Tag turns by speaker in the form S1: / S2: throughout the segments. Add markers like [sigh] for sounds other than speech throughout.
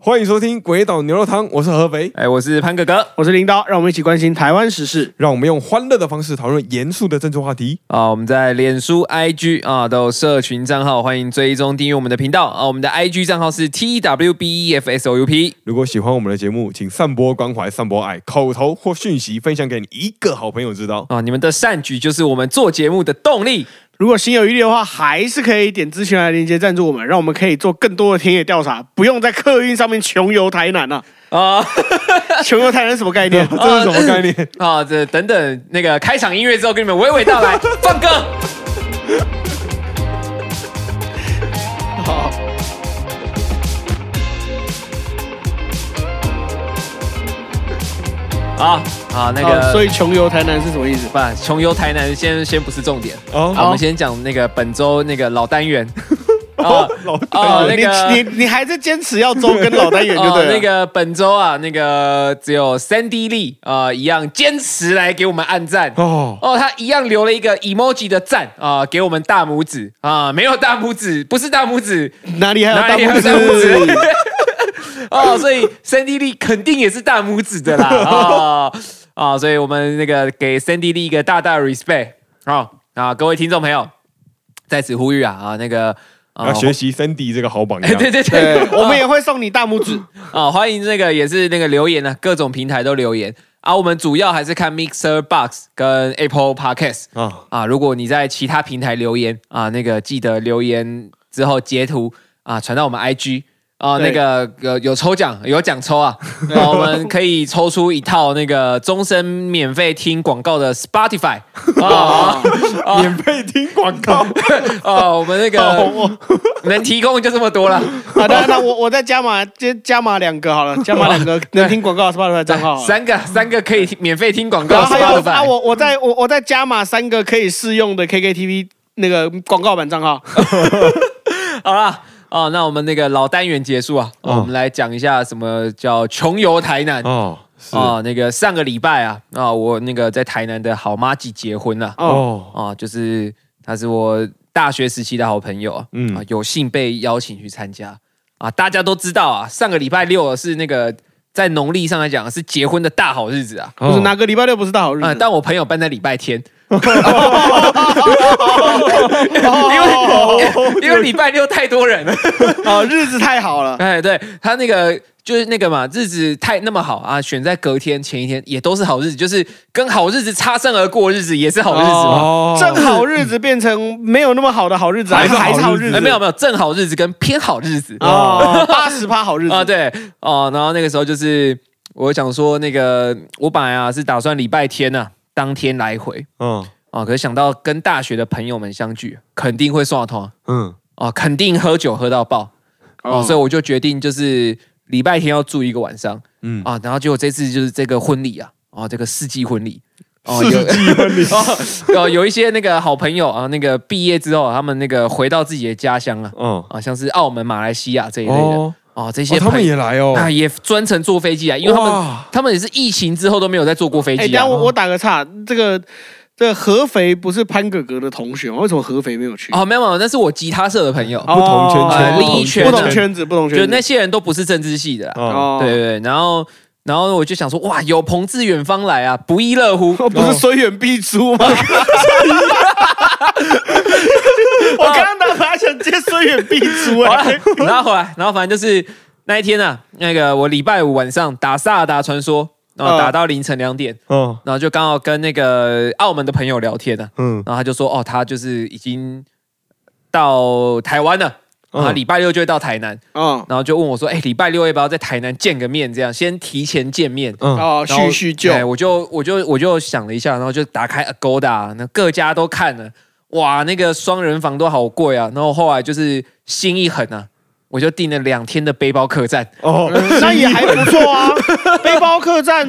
S1: 欢迎收听《鬼岛牛肉汤》，我是合肥，
S2: 哎，我是潘哥哥
S3: 我是林刀，让我们一起关心台湾时事。
S1: 让我们用欢乐的方式讨论严肃的政治话题。
S2: 啊，我们在脸书、IG 啊都有社群账号，欢迎追踪订阅我们的频道啊。我们的 IG 账号是 T W B E F S O U P。
S1: 如果喜欢我们的节目，请散播关怀、散播爱，口头或讯息分享给你一个好朋友知道。
S2: 啊，你们的善举就是我们做节目的动力。
S3: 如果心有余力的话，还是可以点资讯来连接赞助我们，让我们可以做更多的田野调查，不用在客运上面穷游台
S2: [laughs]
S3: 南啊！
S2: 啊
S3: 穷游台南是什么概念？
S1: [laughs]
S2: 哦
S1: 这是什么概念？
S2: [laughs] 啊！这等等，那个开场音乐之后，跟你们娓娓
S1: [laughs]
S2: 道来，放歌。好，好，那
S1: 啊
S2: 个，
S3: 哦所以穷游台南是什么意思？
S2: 不，穷游台南先先不是重点，啊，我
S1: 哦，
S2: 们先讲那个本周那个老单元。
S3: [laughs]
S2: 啊
S1: 老
S2: 啊，那个
S3: 哦你你你还在坚持要周跟老单元就
S2: [laughs] 哦
S3: 对了。
S2: 那个本周啊，那个只有 Sandy Lee 啊、一样坚持来给我们按赞。
S1: 哦，
S2: 哦，他一样留了一个 emoji 的赞啊、给我们大拇指啊、没有大拇指，不是大拇指，
S3: 哪里还有
S2: 哪
S3: 大
S2: 里还有
S3: 拇
S2: 大拇
S3: 指？
S2: 指？ [laughs] 哦，所以 Sandy Lee 肯定也是大拇指的啦
S3: [laughs]
S2: 啊啊、所以我们那个给 Sandy Lee 一个大大的 respect 好啊，各位听众朋友，在此呼吁啊啊，那个啊
S1: 要学习 Sandy 这个好 [laughs] 榜样。
S2: [laughs] 对对对
S3: 对，，我们也会送你大拇指。
S2: 啊，欢迎那个也是那个留言呢、啊各种平台都留言啊。我们主要还是看 Mixer Box 跟 Apple Podcast
S1: 啊，
S2: 啊。如果你在其他平台留言啊，那个记得留言之后截图啊，传到我们 IG 啊。那
S3: 对
S2: 个有有抽奖，有奖抽
S3: [laughs]
S2: 啊，啊我们可以抽出一套那个终身免费听广告的 Spotify 啊
S3: 哦
S1: 免费听广告。
S2: [laughs] 啊，我们那个
S3: 哦，
S2: 能提供就这么
S3: [laughs]
S2: 多了。
S3: 好的，那我我再加码，先加码两个好了，加码两
S2: 哦
S3: 个能听广告的 Spotify 账号好了。
S2: 三个三个可以免费听广
S3: 然
S2: 告
S3: 后还有
S2: Spotify
S3: 啊，我我再我我再加码三个可以试用的 KKTV 那个广告版账号。
S2: 好啦，哦，那我们那个老单元结束啊，哦
S1: 嗯
S2: 我们来讲一下什么叫穷游台南
S1: [laughs]
S2: 啊、
S1: 哦，是
S2: 哦那个上个礼拜啊，啊、我那个在台南的好妈吉结婚了啊、
S3: 哦，
S1: 哦，
S2: 哦就是她是我大学时期的好朋友啊，
S1: 嗯
S2: 啊有幸被邀请去参加啊。大家都知道啊，上个礼拜六是那个在农历上来讲是结婚的大好日子啊。
S1: 哦
S3: 不是哪个礼拜六不是大好日
S2: 啊、
S1: 嗯
S3: 子？
S2: 但我朋友办在礼
S1: [laughs]
S2: 拜天，
S3: 哦
S2: 因为礼拜六太多人了。
S3: 哦，日子太好 [laughs] 了。
S2: 哎，对他那个就是那个嘛，日子太那么好啊，选在隔天前一天也都是好日子，就是跟好日子擦身而过，日子也是好日子嘛。
S1: 哦
S3: 正好日子变成没有那么好的好日子，
S1: 还是
S3: 还是
S1: 好
S3: 好
S1: 日
S3: 日
S1: 子
S2: 哎，
S3: 子，
S2: 没有没有，正好日子跟偏好日子啊、
S3: 哦，八十趴好日子。
S2: 对哦，然后那个时候就是我想说那个我本来啊是打算礼拜天啊当天来回
S1: 嗯
S2: 啊、可是想到跟大学的朋友们相聚，肯定会刷通
S1: 嗯，
S2: 啊，肯定喝酒喝到爆哦，所以我就决定就是礼拜天要住一个晚上。
S1: 嗯
S2: 啊，然后结果这次就是这个婚礼啊，啊，这个世纪婚礼，哦、
S1: 世纪婚
S2: [laughs]
S1: 礼
S2: 有哦有有一些那个好朋友啊，那个毕业之后啊，他们那个回到自己的家乡啊，
S1: 嗯，
S2: 啊，像是澳门、马来西亚这一类的，哦、
S1: 哦，
S2: 这
S1: 哦
S2: 些
S1: 他
S2: 朋
S1: 们
S2: 友、
S1: 也来哦，
S2: 啊，也专程坐飞机啊，因为他们
S1: 哇，
S2: 他们也是疫情之后都没有再坐过飞
S3: 哎，等一
S2: 机
S3: 下
S2: 啊。
S3: 我我打个岔，这个这个合肥不是潘哥哥的同学吗，为什么合肥没有去？
S2: 哦，没有没有，那是我吉他社的朋友，
S3: 哦
S1: 不同圈
S2: 呃
S1: 圈，
S2: 利益圈
S3: 不
S2: 啊
S3: 同圈子，不同圈
S2: 就
S3: 子。
S2: 那些人都不是政治系的啊。
S1: 哦，
S2: 对对对，然后然后我就想说，哇，有朋自远方来啊，不亦乐乎。
S3: 哦，不是虽远必诛吗？我刚刚本来想接虽远必诛
S2: 好
S3: 哎、
S2: 了，哦 [laughs] 然后后来，然后反正就是那一天啊，那个我礼拜五晚上打《萨尔达传说》，然后
S3: 嗯
S2: 打到凌晨两点，
S1: 嗯
S2: 然后就刚好跟那个澳门的朋友聊天啊，
S1: 嗯，
S2: 然后他就说，哦，他就是已经到台湾了。
S1: 嗯
S2: 啊，礼拜六就会到台南，
S3: 嗯，
S2: 然后就问我说：“哎、礼拜六要不要在台南见个面？这样先提前见面。
S1: 嗯
S3: 哦，
S2: 然后
S3: 叙叙旧，
S2: 哎我就我就我就想了一下，然后就打开 Agoda，那各家都看了，哇，那个双人房都好贵啊。然后后来就是心一狠啊，我就订了两天的背包客栈。
S1: 哦，
S3: 那也还不错啊。背包客栈，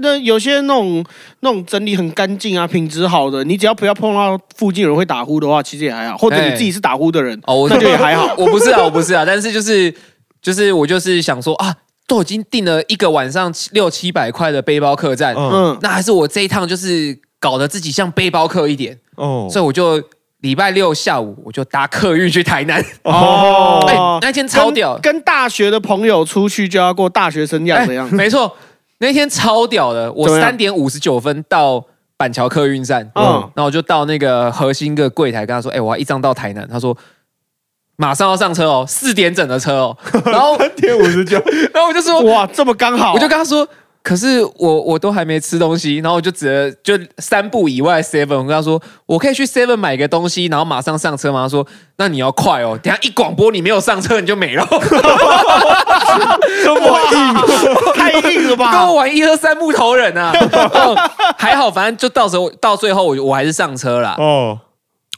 S3: 那有些那种那种整理很干净啊，品质好的，你只要不要碰到附近有人会打呼的话，其实也还好。或者
S2: 哎
S3: 你自己是打呼的人，
S2: 哦，我
S3: 那就也还好。
S2: 我不是啊，我不是啊，但是就是就是我就是想说啊，都已经订了一个晚上七六七百块的背包客栈，
S1: 嗯
S3: 嗯，
S2: 那还是我这一趟就是搞得自己像背包客一点，
S1: 哦，
S2: 所以我就。礼拜六下午我就搭客运去台南，
S1: 哦
S2: 哎、那天超屌，
S3: 跟跟大学的朋友出去就要过大学生
S2: 哎
S3: 样的样
S2: [laughs]
S3: 子。
S2: 没错，那天超屌的，我
S3: 怎么样
S2: 三点五十九分到板桥客运站，
S3: 嗯
S2: 嗯，那我就到那个核心的柜台跟他说，哎、我要一张到台南，他说。马上要上车哦，四点整的车
S3: [laughs]
S2: 哦，然后
S1: 三点五十
S2: [laughs]
S1: 九，
S2: 然后我就说，
S3: 哇，这么刚好，
S2: 我就跟他说，可是我我都还没吃东西，然后我就只就三步以外 seven，我跟他说，我可以去 seven 买个东西，然后马上上车吗？他说，那你要快哦，等一下一广播你没有上车你就没了， [laughs]
S1: 这么硬，
S3: 太硬了
S2: 跟
S3: 吧
S2: 我？玩一二三木头人啊！ [laughs] 哦还好，反正就到时候到最后我我还是上车啦。
S1: 哦，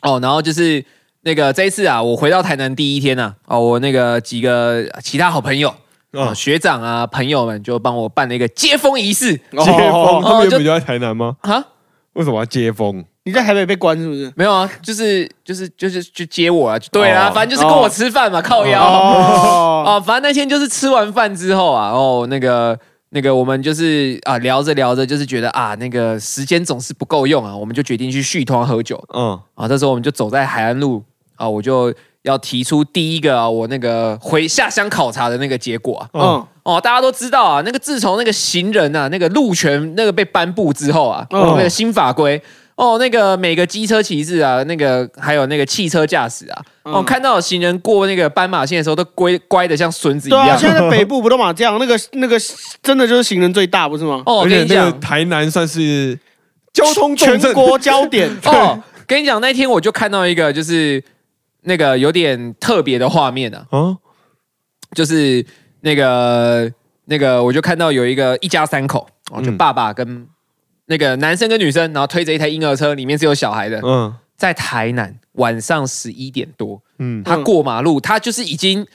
S2: 哦，然后就是那个这一次啊，我回到台南第一天啊，哦，我那个几个其他好朋友。
S1: 哦
S2: 哦、学长啊，朋友们就帮我办了一个接风仪式
S1: 接风，他们
S2: 哦
S1: 原
S2: 就
S1: 本就在台南吗？
S2: 啊，
S1: 为什么要接风？
S3: 你在台北被关是不是？
S2: 没有啊，就是就是就是去接我啊，对啊，
S1: 哦
S2: 反正就是跟我吃饭嘛，靠腰哦
S3: 哦，
S2: 反正那天就是吃完饭之后啊，哦，那个那个我们就是啊聊着聊着，就是觉得啊那个时间总是不够用啊，我们就决定去续团喝酒
S1: 嗯，
S2: 啊。这时候我们就走在海岸路啊，我就要提出第一个、啊、我那个回下乡考察的那个结果啊。
S1: 哦
S3: 嗯
S2: 哦，大家都知道啊，那个自从那个行人啊，那个路权那个被颁布之后啊，
S3: 哦
S2: 那个新法规。哦，那个每个机车骑士啊，那个还有那个汽车驾驶啊，哦，
S3: 嗯
S2: 看到行人过那个斑马线的时候，都乖乖的像孙子一
S3: 对啊，
S2: 样。
S3: 现在在北部不都嘛这样？那个那个真的就是行人最大，不是吗？
S2: 哦，我
S1: 而
S2: 跟
S1: 且
S2: 你
S1: 那
S2: 讲
S1: 个，台南算是交通重
S3: 全
S1: 镇，
S3: 国焦点
S2: 哦，跟你讲，那天我就看到一个就是那个有点特别的画面啊，
S1: 啊，
S2: 就是那个那个，我就看到有一个一家三口，哦，就
S1: 嗯
S2: 爸爸跟那个男生跟女生，然后推着一台婴儿车，里面是有小孩的，
S1: 嗯
S2: 在台南晚上十一点多，
S1: 嗯，
S2: 他过马路，他就是已经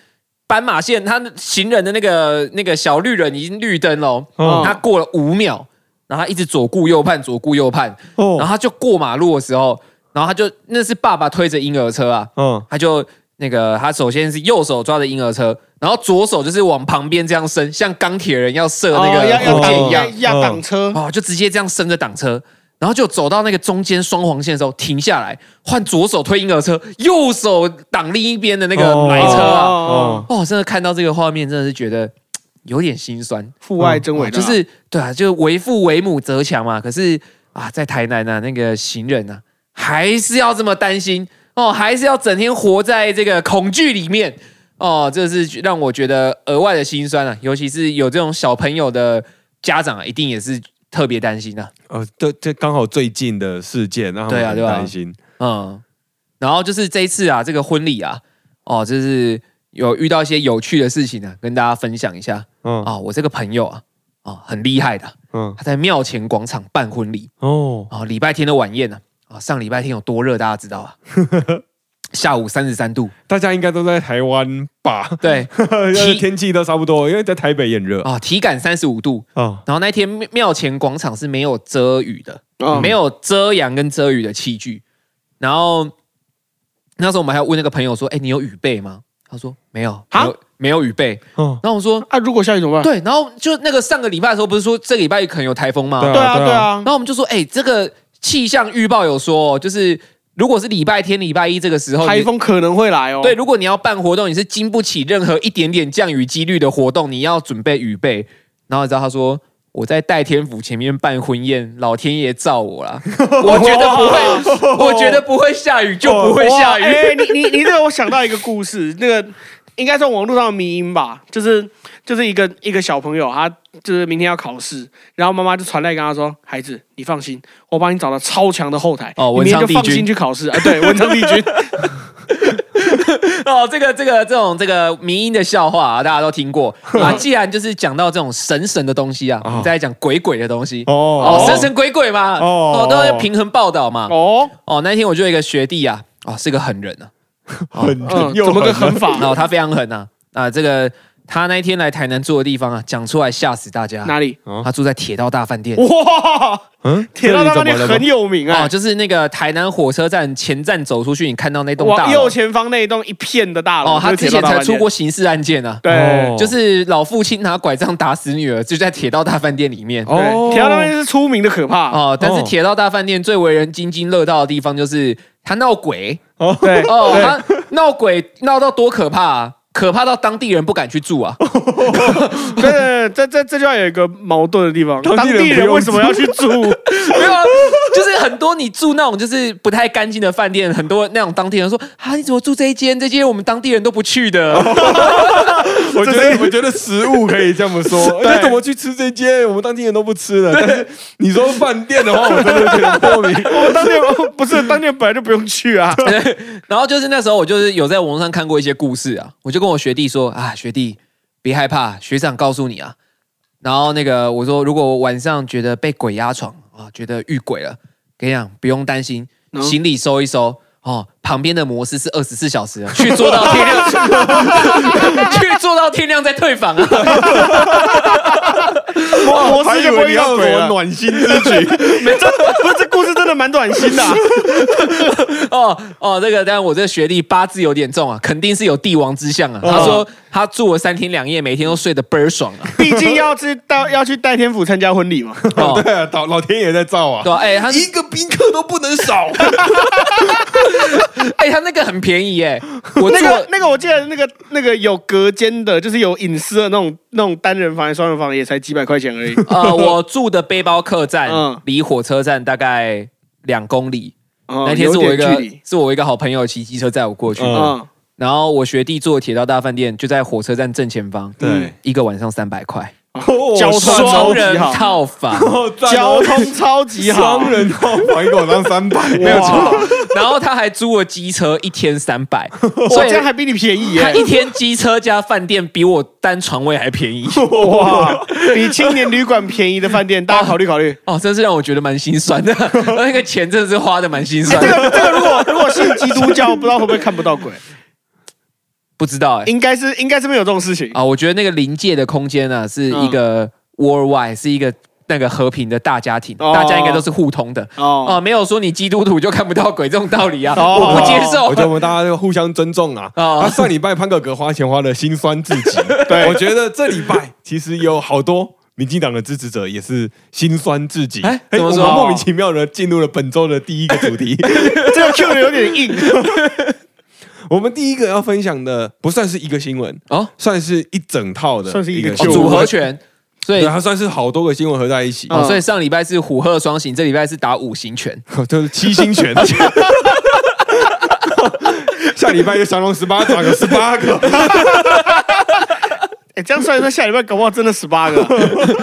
S2: 斑马线，他行人的那个那个小绿人已经绿灯了，
S1: 哦
S2: 他过了五秒，然后他一直左顾右盼，左顾右盼，然后
S1: 哦，
S2: 他就过马路的时候，然后他就那是爸爸推着婴儿车啊，
S1: 嗯，
S2: 他就那个他首先是右手抓着婴儿车，然后左手就是往旁边这样伸，像钢铁人要射 [laughs] 那
S3: 哦
S2: 个
S3: 要要
S1: 挡
S2: 火箭一
S3: 挡
S2: 样
S3: 要
S1: 哦，
S3: 要挡车，
S2: 哦，就直接这样伸着挡车，然后就走到那个中间双黄线的时候停下来，换左手推婴儿车，右手挡另一边的那个
S1: 哦
S2: 来车啊。
S1: 哦，
S2: 哦，真的看到这个画面，真的是觉得嘖有点心酸。
S3: 父爱真伟大，
S2: 就是对啊，就是为父为母则强嘛。可是啊，在台南呢、啊，那个行人啊，还是要这么担心哦，还是要整天活在这个恐惧里面哦，这是让我觉得额外的心酸啊。尤其是有这种小朋友的家长、啊，一定也是特别担心的、啊
S1: 呃，这这刚好最近的事件让他
S2: 对
S1: 们
S2: 啊
S1: 很
S2: 对啊
S1: 担心，
S2: 嗯，然后就是这一次啊，这个婚礼啊，哦，就是有遇到一些有趣的事情啊，跟大家分享一下
S1: 嗯
S2: 啊、我这个朋友啊，啊、很厉害的，
S1: 嗯，
S2: 他在庙前广场办婚礼
S1: 哦，
S2: 啊、礼拜天的晚宴呢、啊，上礼拜天有多热，大家知道
S3: [laughs]
S2: 啊，下午三十三度，
S1: 大家应该都在台湾吧？
S2: [laughs] 对
S1: 呃 [laughs] 天气都差不多，因为在台北也很热
S2: 啊、体感三十五度。
S1: 啊。
S2: 然后那天庙庙前广场是没有遮雨的，
S3: 嗯
S2: 没有遮阳跟遮雨的器具。然后那时候我们还问那个朋友说：“哎、你有雨备吗？”他说：“没有，没
S3: 啊
S2: 有没有雨备。
S1: 哦”，
S2: 然后我说
S3: 啊，如果下雨怎么：“办？
S2: 对。”然后就那个上个礼拜的时候，不是说这个礼拜可能有台风吗？
S1: 对
S3: 对啊，
S1: 对啊
S3: 对啊
S2: 然，后我们就说：“哎、这个气象预报有说哦，就是如果是礼拜天、礼拜一这个时候，
S3: 台
S2: 你
S3: 风可能会来哦。
S2: 对，，如果你要办活动，你是经不起任何一点点降雨几率的活动，你要准备雨备。然后你知道他说。我在戴天府前面办婚宴，老天爷照我
S3: [laughs]
S2: 啦！我觉得不会，我觉得不会下雨就不会下
S3: 哇
S2: 雨。
S3: 哎，你你你这个我想到一个故事，那个应该算网络上的迷音吧，就是就是一个一个小朋友，他就是明天要考试，然后妈妈就传来跟他说：“孩子，你放心，我帮你找到超强的后台，
S2: 哦
S3: 你明天
S2: 文昌
S3: 就
S2: 帝
S3: 放
S2: 君
S3: 心去考试。”啊，对，文昌帝
S2: [laughs]
S3: 君，
S2: 哦，这个这个这种这个民音的笑话啊，大家都听过
S3: 哦
S2: 啊。既然就是讲到这种神神的东西啊，我们再来讲鬼鬼的东西哦
S1: 哦
S2: 神神鬼鬼嘛，
S1: 哦
S2: 哦，都要平衡报道嘛。
S3: 哦，
S2: 哦，那一天我就有一个学弟啊，哦，是个狠人啊，
S1: 很
S3: 嗯，
S1: 又
S2: [laughs]
S3: 怎么个
S1: 很
S2: 哦
S3: 狠法？
S2: 然后他非常狠啊啊！这个他那一天来台南住的地方啊，讲出来吓死大家。
S3: 哪
S2: [laughs]
S3: 里？
S2: 他住在铁道大饭店。
S3: 哇，
S1: 嗯，
S3: 铁道大饭店
S1: 这里怎么了
S3: 很
S1: 吗
S3: 有名啊
S2: 哦，！就是那个台南火车站前站走出去，你看到那栋大
S3: 往
S2: 楼
S3: 右前方那一栋一片的大楼，
S2: 哦，他
S3: 就是
S2: 之
S3: 铁
S2: 前
S3: 道大
S2: 才
S3: 饭
S2: 出
S3: 店
S2: 过刑事案件啊，
S3: 对
S1: 哦
S2: 就是老父亲拿拐杖打死女儿，就在铁道大饭店里面。哦
S3: 对，铁道大饭店是出名的可怕。
S2: 但是
S1: 哦
S2: 铁道大饭店最为人津津乐道的地方就是他闹
S3: [laughs]
S2: 鬼
S1: 哦，
S3: 对
S2: 哦，
S3: 对
S2: 他闹鬼闹到多可怕啊！可怕到当地人不敢去住啊！
S3: [laughs] 这这这这就要有一个矛盾的地方，
S1: 当
S3: 当
S1: 地人
S3: 地
S1: 不
S3: 人
S1: 用
S3: 为什么要去 [laughs] 哦住？
S2: 没有啊，就是很多你住那种就是不太干净的饭店，很多那种当地人说啊，你怎么住这一间？这间我们当地人都不去的。
S1: [laughs] 我觉得我觉得食物可以这么 [laughs] 说，
S3: 对
S1: 那怎么去吃这间？我们当地人都不吃 [laughs] 的。但是你说饭店的话，我真的觉得莫名。 [laughs]
S3: 我们当地人哦不是当地人本来就不用去啊。
S2: 然后就是那时候我就是有在网络上看过一些故事啊，我就跟我学弟说啊，学弟别害怕，学长告诉你啊。然后那个我说，如果我晚上觉得被鬼压床啊，觉得遇鬼了，跟你讲不用担心，
S3: 嗯
S2: 行李收一收。哦，旁边的摩斯是二十四小时的，去做到天亮，去做到天亮再退房啊！
S3: 哇，我
S1: 还
S3: 是
S1: 以
S3: 就不
S1: 为
S3: 会
S1: 你
S3: 遇到
S1: 要
S3: 鬼
S1: 什么
S3: 了。
S1: 暖心之举，
S3: 没这不是这故事真的蛮暖心的啊、
S2: [laughs] 哦哦，这个，但我这个学弟八字有点重啊，肯定是有帝王之相
S1: 哦
S2: 啊。他说他住了三天两夜，每天都睡得倍儿爽
S1: [laughs]
S2: 啊。
S3: 毕竟要去到要去戴天府参加婚礼嘛。
S2: 哦，
S1: 对啊，老老天爷在造啊
S2: 对，啊，哎、他
S1: 一个宾客都不能少。
S2: [laughs] 哎、他那个很便宜哎、我
S3: 那
S2: 住
S3: 个那个，我记得那个那个有隔间的，就是有隐私的那种那种单人房、双人房，也才几百块钱
S1: [laughs]
S3: 而已。
S2: 呃，我住的背包客栈
S3: 嗯
S2: 离、火车站大概两公里。
S3: 哦
S2: 那天是我一
S3: 有点
S2: 个
S3: 距离。
S2: 是我一个好朋友骑机车载我过去，
S1: 嗯
S3: 嗯，
S2: 然后我学弟坐铁道大饭店就在火车站正前方，
S1: 对，
S2: 一个晚上三百块，
S3: 交
S1: 哦
S3: 通超
S2: 双
S3: 级
S2: 人
S3: 好
S1: [laughs]
S2: 套房。
S1: 好赞哦
S3: 交通超级好
S1: [laughs] 双，人套房一个晚上三 [laughs] 百，
S3: 没有错。
S2: 然后他还租了机车，一天三百，
S3: [laughs] 我
S2: 所以
S3: 这样还比你便宜
S2: 他一
S3: 耶！
S2: 天机车加饭店比我单床位还便
S3: [laughs]
S2: 宜。
S3: 哇，比青年旅馆便宜的饭店，大家考虑考虑。
S2: 哦，真是让我觉得蛮心酸
S3: [laughs]
S2: 的，那个钱真的是花的蛮心
S3: 哎
S2: 酸
S3: 这
S2: 的。
S3: 个这个，如果如果信基督教，不知道会不会看不到鬼？
S2: 不知道哎、
S3: 应该是应该是没有这种事情。
S2: 啊，我觉得那个临界的空间呢、啊，是
S3: 嗯
S2: 一个 worldwide，是一个那个和平的大家庭，
S3: 哦
S2: 大家应该都是互通的。
S3: 哦
S2: 啊，没有说你基督徒就看不到鬼这种道理啊，
S3: [laughs] 哦
S2: 我不接受
S1: 我觉。得我们大家就互相尊重啊。
S2: 哦
S1: 他上礼拜潘哥哥花钱花的心酸至 [laughs] 极，
S3: 对
S1: 我觉得这礼拜其实有好多民进党的支持者也是心酸至极。
S2: 哎怎么
S1: 我
S2: 说
S1: 们莫名其妙的进入了本周的第一个主题。
S3: 这个 Q 的有点硬。 [laughs]
S1: 我们第一个要分享的不算是一个新闻，
S2: 哦，
S1: 算是一整套的，
S3: 算是一个
S2: 哦
S3: 就啊
S2: 组合。拳，所以
S1: 对，它算是好多个新闻合在一起，
S2: 哦，所以
S3: 嗯
S2: 上礼拜是虎鹤双形，这礼拜是打五行拳。
S1: [laughs]
S2: [laughs]
S1: 就是七星拳。 [laughs] 下礼拜就降龙十八掌，有十八个。
S3: 哎，这样算一算，下礼拜搞不好真的十八个。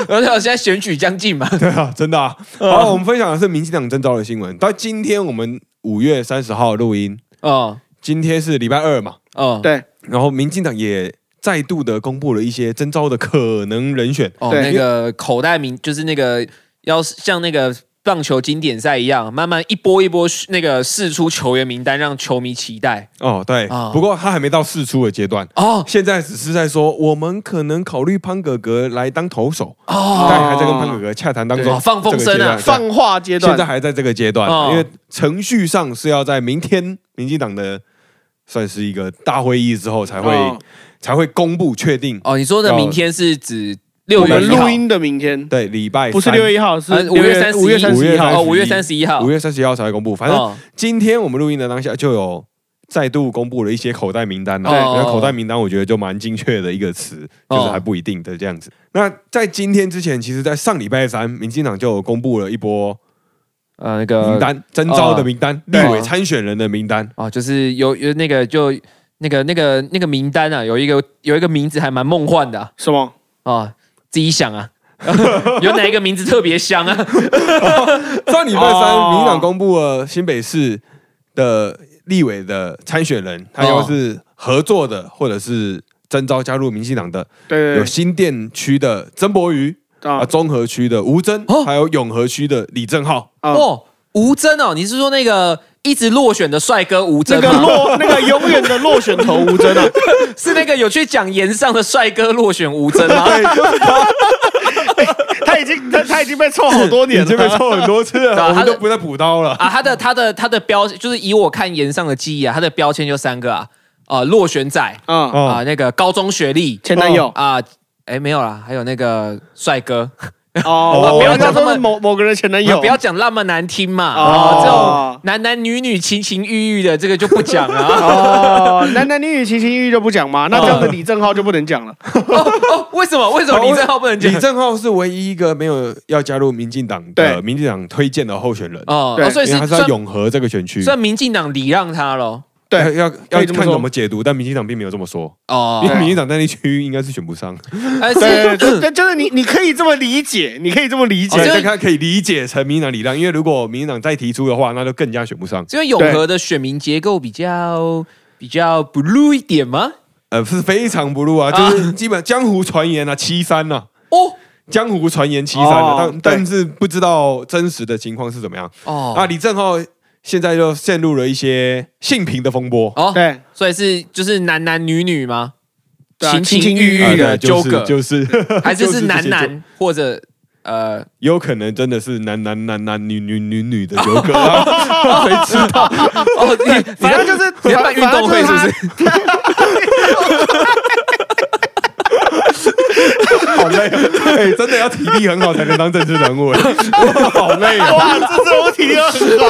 S2: 而且现在选举将近嘛，
S1: [laughs] 对啊，真的啊。好，我们分享的是民进党征召的新闻。到今天我们五月三十号录音，
S2: 哦
S1: 今天是礼拜二嘛，
S2: 哦，
S3: 对，
S1: 然后民进党也再度的公布了一些征召的可能人选。
S2: 哦，
S3: 对
S2: 那个口袋名就是那个要像那个棒球经典赛一样，慢慢一波一波那个试出球员名单，让球迷期待。
S1: 哦，对，
S2: 哦
S1: 不过他还没到试出的阶段。[laughs]
S2: 哦
S1: 现在只是在说，我们可能考虑潘哥哥来当投手，
S2: 哦
S1: 但还在跟潘哥哥洽谈当
S2: 对
S1: 中，
S2: 哦放风声
S1: 这个
S2: 啊
S1: 阶段
S3: 放话阶
S1: 现在
S3: 段，
S1: 还在这个阶段，
S2: 哦
S1: 因为程序上是要在明天民进党的算是一个大会议之后才会、
S3: 哦
S1: 才会公布确定。
S2: 哦，你说的
S1: 要
S2: 明天是指
S3: 我
S2: 六月
S3: 们
S2: 一
S3: 录
S2: 号，
S3: 音的明天
S1: 对，礼拜
S3: 不是
S1: 三
S3: 六月一号，是
S2: 呃
S3: 六
S2: 五月三十一
S3: 五月三
S1: 五
S3: 十
S1: 月
S3: 一号。
S2: 哦，五月三十一号，
S1: 五月三十一号才会公布。反正
S2: 哦
S1: 今天我们录音的当下就有再度公布了一些口袋名单了。
S2: 对
S1: 然后口袋名单我觉得就蛮精确的一个词，
S2: 哦
S1: 就是还不一定的这样子。那在今天之前，其实在上礼拜三，民进党就有公布了一波
S2: 呃那
S1: 名
S2: 个
S1: 单，征召的名单，立
S2: 对
S1: 委参选人的名单。
S2: 哦，就是有有那个就那个那个那个名单啊，有一个有一个名字还蛮梦幻的啊
S3: 什么？
S2: 哦，自己想啊， [laughs] 有哪一个名字特别香啊？
S1: 上礼拜三，
S3: 哦
S1: 民进党公布了新北市的立委的参选人，他要是合作的或者是征召加入民进党的，
S3: 对
S1: 有
S3: 对
S1: 新店区的曾博瑜。
S3: 对
S1: 啊，
S3: 啊
S1: 中和区的吴征
S2: 哦，
S1: 还有永和区的李正浩。
S3: 啊！
S2: 哦，吴征哦，你是说那个一直落选的帅哥吴
S3: 那
S2: 征
S3: 个
S2: 吗？
S3: 落那个永远的落选 [laughs] 头吴真啊，
S2: [laughs] 是那个有去讲岩上的帅哥落选吴征
S3: [laughs]
S2: 吗？
S3: 他已经他 [laughs] 他已经被臭好多年
S1: 已经被
S3: 了。
S1: 抽很多次
S2: 对
S1: [laughs] 了，
S2: 啊
S1: 我
S2: 他
S1: 们
S2: 的
S1: 都不再补刀了。
S2: 啊，他的他的他的标就是以我看岩上的记忆啊，他的标签就三个啊，呃，落选仔啊、
S3: 嗯，
S1: 哦，
S2: 那个高中学历
S3: 前男友
S2: 啊，哎、没有啦，还有那个帅哥，
S3: 哦，
S1: 不
S3: 不
S1: 要
S3: 要
S2: 讲
S3: 讲
S2: 这么
S3: 说是某某个人前男
S2: 你们 [laughs]
S3: 友，
S2: 不要讲那么难听嘛，啊、这种
S3: 哦
S2: 男男女女情情欲欲的这个就不讲了、啊。
S3: [laughs] 哦，男男女女情情欲欲就不讲嘛，那这样的李正浩就不能讲 [laughs] 了。
S2: 哦，为什么？为什么李正浩不能讲
S1: 李？正浩是唯一一个没有要加入民进党的
S3: 对
S1: 民进党推荐的候选人，
S2: 哦，
S3: 对
S2: 哦所以
S1: 因为
S2: 是
S1: 他是在
S2: 算
S1: 永和这个选区。
S2: 算民进党礼让他咯。
S1: 要
S3: 对，
S1: 要
S3: 可
S1: 要
S3: 以这么
S1: 看
S3: 说
S1: 怎么解读，但民进党并没有这么说，
S2: 哦
S1: [laughs] 因，为民进党在那区应该是选不上，
S2: 哎，
S3: [laughs] [laughs] 对对
S2: 是
S3: 对，对就是你你可以这么理解，你可以这么理
S2: 哦
S1: 所
S2: 这
S1: 以
S2: 个
S3: 解。
S1: [laughs] 大家可以理解成民进党礼让，因为如果民进党再提出的话，那就更加选不上。
S2: 因为永和的选民结构比较比较 blue 一点吗？
S1: 呃，是非常不入啊，就是基本江湖传言啊，七三呐、啊。
S2: 哦
S1: 江湖传言七三了
S3: 哦，
S1: 但
S3: 对
S1: 但是不知道真实的情况是怎么样。啊，
S2: 哦
S1: 李正浩现在就陷入了一些性平的风波，
S2: 哦，
S3: 对，
S2: 所以是就是男男女女吗？
S3: 对啊
S2: 情
S3: 情情
S2: 欲欲
S3: 欲欲
S2: 的
S1: 啊对
S2: 纠
S1: 就
S2: 葛
S1: 是，就是，
S2: [laughs] 还
S1: [laughs]
S2: 是
S1: 就是哦这些
S2: 男
S1: 纠，
S2: 男或者呃
S1: 有可能真的是男男男男女女女女的纠
S2: [laughs]
S1: 葛， [laughs] 啊谁知道？
S2: 哦，你
S3: 反正就是
S2: 你要办运动会是不是？
S1: 好
S2: [laughs]
S1: 累啊，哎，真的要体力很好才能当政治人物，哎我好累啊，
S3: [laughs] 哇，这这我体力很好。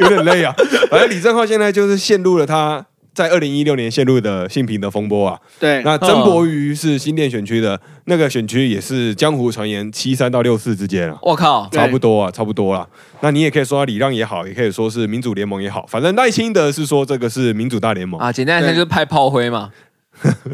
S1: 有点累啊。反正李正浩现在就是陷入了他在二零一六年陷入的性平的风波啊。
S3: [laughs] 对，
S1: 那曾博瑜是新店选区的那个选区，也是江湖传言七三到六四之间啊，
S2: 我靠，
S3: 对
S1: 差不多啊，差不多啦。那你也可以说他礼让也好，也可以说是民主联盟也好，反正赖清德是说这个是民主大联盟。
S2: 啊，简单来说
S3: 对
S2: 就是派炮灰嘛。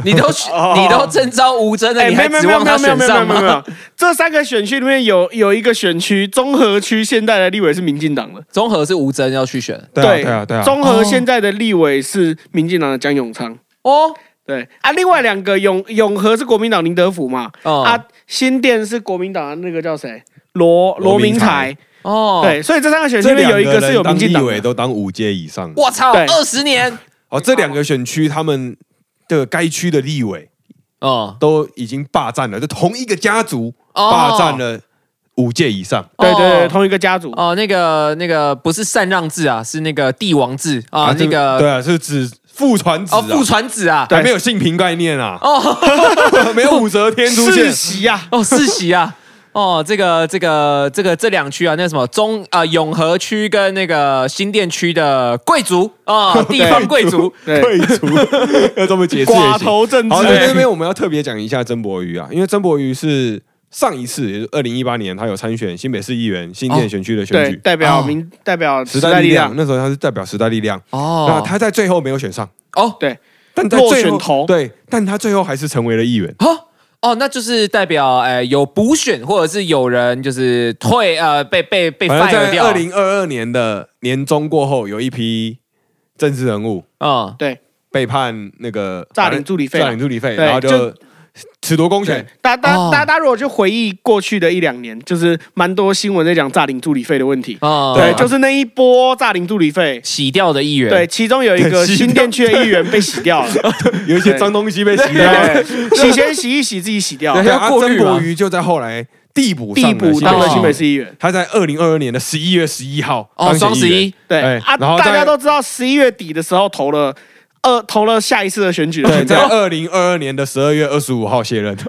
S2: 你都
S3: 哦
S2: 你都征召吴征了，
S3: 哎，
S2: 你
S3: 没
S2: 还
S3: 有没有
S2: 指
S3: 没有
S2: 望
S3: 没
S2: 他
S3: 有没
S2: 选
S3: 有没有
S2: 上
S3: 没有没
S2: 吗？
S3: 有，这三个选区里面有有一个选区综合区现在的立委是民进党的。
S2: 综合是吴征要去选
S1: 对啊，对啊，对啊。
S3: 综合现在的立委是民进党的江永昌。
S2: 哦
S3: 对啊，另外两个永永和是国民党林德福嘛，
S2: 哦
S3: 啊，新店是国民党的那个叫谁？罗罗明才。
S2: 哦，
S3: 啊对，所以这三个选区
S1: 这
S3: 里面
S1: 两
S3: 有一个是有
S1: 人当
S3: 民进
S1: 立
S3: 党
S1: 委
S3: 的。
S1: 都当五阶以上。
S2: 我操，
S3: 对
S2: 二十年
S1: 哦，这两个选区他们的该区的立委
S2: 哦
S1: 都已经霸占了，就同一个家族
S2: 哦
S1: 霸占了五届以上。
S3: 对对对，
S2: 哦
S3: 同一个家族。
S2: 哦，那个那个不是禅让制啊，是那个帝王制啊，
S1: 这
S2: 那个
S1: 对啊，是指父传子啊
S2: 哦，父传子啊，
S1: 还没有性平概念啊，
S2: 哦
S1: [laughs] 没有武则天出
S3: 世
S1: 现。
S3: 袭啊，
S2: 哦，世袭啊。哦，这个这个这个这两区啊，那什么中啊、永和区跟那个新店区的贵族
S1: [laughs]
S2: 啊、 [laughs] 地方贵族
S3: 对，
S1: 退出， [laughs] 要这么解释也
S3: 寡
S1: 行。
S3: 头政治
S1: 好，。在这
S3: 对
S1: 边我们要特别讲一下曾博瑜啊，因为曾博瑜是上一次，也就是二零一八年，他有参选新北市议员新店选区的选
S3: 对，
S1: 举，
S3: 代
S2: 哦
S3: 表民代表
S1: 时
S3: 时
S1: 代
S3: 代
S1: 力
S3: 力
S1: 量。
S3: 量。
S1: 那时候他是代表时代力量，那
S2: 哦，
S1: 他在最后没有选上，
S2: 哦
S3: 对，
S1: 但在
S3: 落
S1: 最后
S3: 选头
S1: 对，但他最后还是成为了议员。
S2: 哦哦，那就是代表呃有补选，或者是有人就是退呃被被被
S1: 反正
S2: fire
S1: 在
S2: 掉，
S1: 二零二二年的年中过后，有一批政治人物
S2: 嗯
S3: 对
S1: 被判那个
S3: 诈领助理费啊
S1: 诈领助理费，
S3: 对
S1: 然后就
S3: 就
S1: 褫夺公
S3: 对
S1: 权。，
S3: 大大
S2: 哦
S3: 大大家如果就回忆过去的一两年，就是蛮多新闻在讲诈领助理费的问题。
S2: 哦，
S3: 对，就是那一波诈领助理费。
S2: 洗掉的议员，
S3: 对，其中有一个
S1: 对洗
S3: 新店区的议员被洗掉了，
S1: [laughs] 有一些
S3: 对
S1: 脏东西被洗掉了。
S3: 对，洗先洗一洗自己洗掉
S2: 对，
S1: 对
S2: 要
S1: 啊，
S2: 过
S1: 曾
S2: 滤
S1: 国
S2: 嘛
S1: 瑜就在后来递补上
S3: 递
S1: 了
S3: 补
S1: 新
S3: 当
S1: 北
S3: 了
S1: 市啊
S3: 新北市议员。
S1: 他在二零二二年的十一月十一号
S2: 哦，
S1: 当选
S2: 双十
S1: 议员
S2: 一，
S3: 对
S1: 哎
S3: 啊，
S1: 然后
S3: 大
S1: 在
S3: 家都知道十一月底的时候投了二投了下一次的选举的
S1: 对，
S3: [laughs] 选
S1: 在
S3: 票，
S1: 二零二二年的十二月二十五号卸任。
S3: 对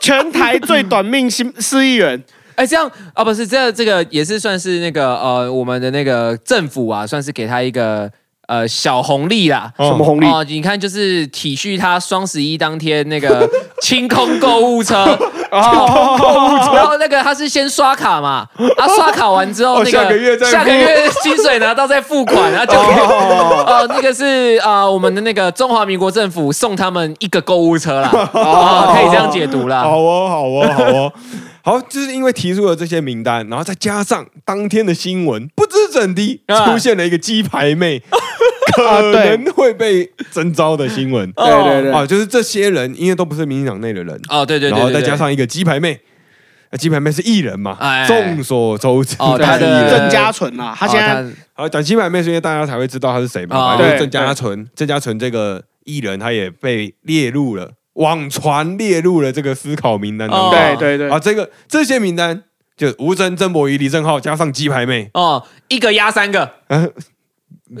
S3: 全台最短命新市议员，
S2: 哎，这样啊，不是这这个也是算是那个呃，我们的那个政府啊，算是给他一个呃小红利啦。
S1: 哦
S3: 什么红利？
S2: 哦，你看，就是体恤他双十一当天
S1: [laughs]
S2: 那个清空购物车，哦，然后那个他是先刷卡嘛，他刷卡完之后，
S1: 哦
S2: 那
S1: 下个月再付
S2: 下个月薪水拿到再付款，然后就可以 [laughs] 哦，那个是啊，我们的那个中华民国政府送他们一个购物车啦，哦，可以这样解读啦，
S1: 好哦，好哦，好哦， [laughs] 好，就是因为提出了这些名单，然后再加上当天的新闻，不知怎的
S2: 啊
S1: 出现了一个鸡排妹
S3: [laughs] 啊
S1: 可
S3: 对
S1: 能会被征召的新
S3: [laughs]
S1: 闻
S2: 哦
S3: 对对对
S1: 啊，就是这些人，因为都不是民进党内的人，
S2: 哦，对对对，
S1: 然后
S2: 对
S1: 再
S2: 对
S1: 加上一个鸡排妹。那金牌妹是艺人嘛
S2: 哎，
S1: 众所周知，
S2: 哦
S1: 她
S2: 她
S1: 是艺
S2: 的
S1: 人。
S3: 郑嘉纯啦，他现在
S1: 好，讲金牌妹是因为大家才会知道她是谁嘛，
S2: 哦
S1: 反正就是
S3: 对
S1: 郑嘉纯，郑嘉纯这个艺人，他也被列入了网传列入了这个思考名单当
S2: 哦
S1: 中。
S3: 对对对
S1: 啊，，这个这些名单就吴尊、曾柏仪、李正浩加上鸡排妹，
S2: 哦，一个压三个，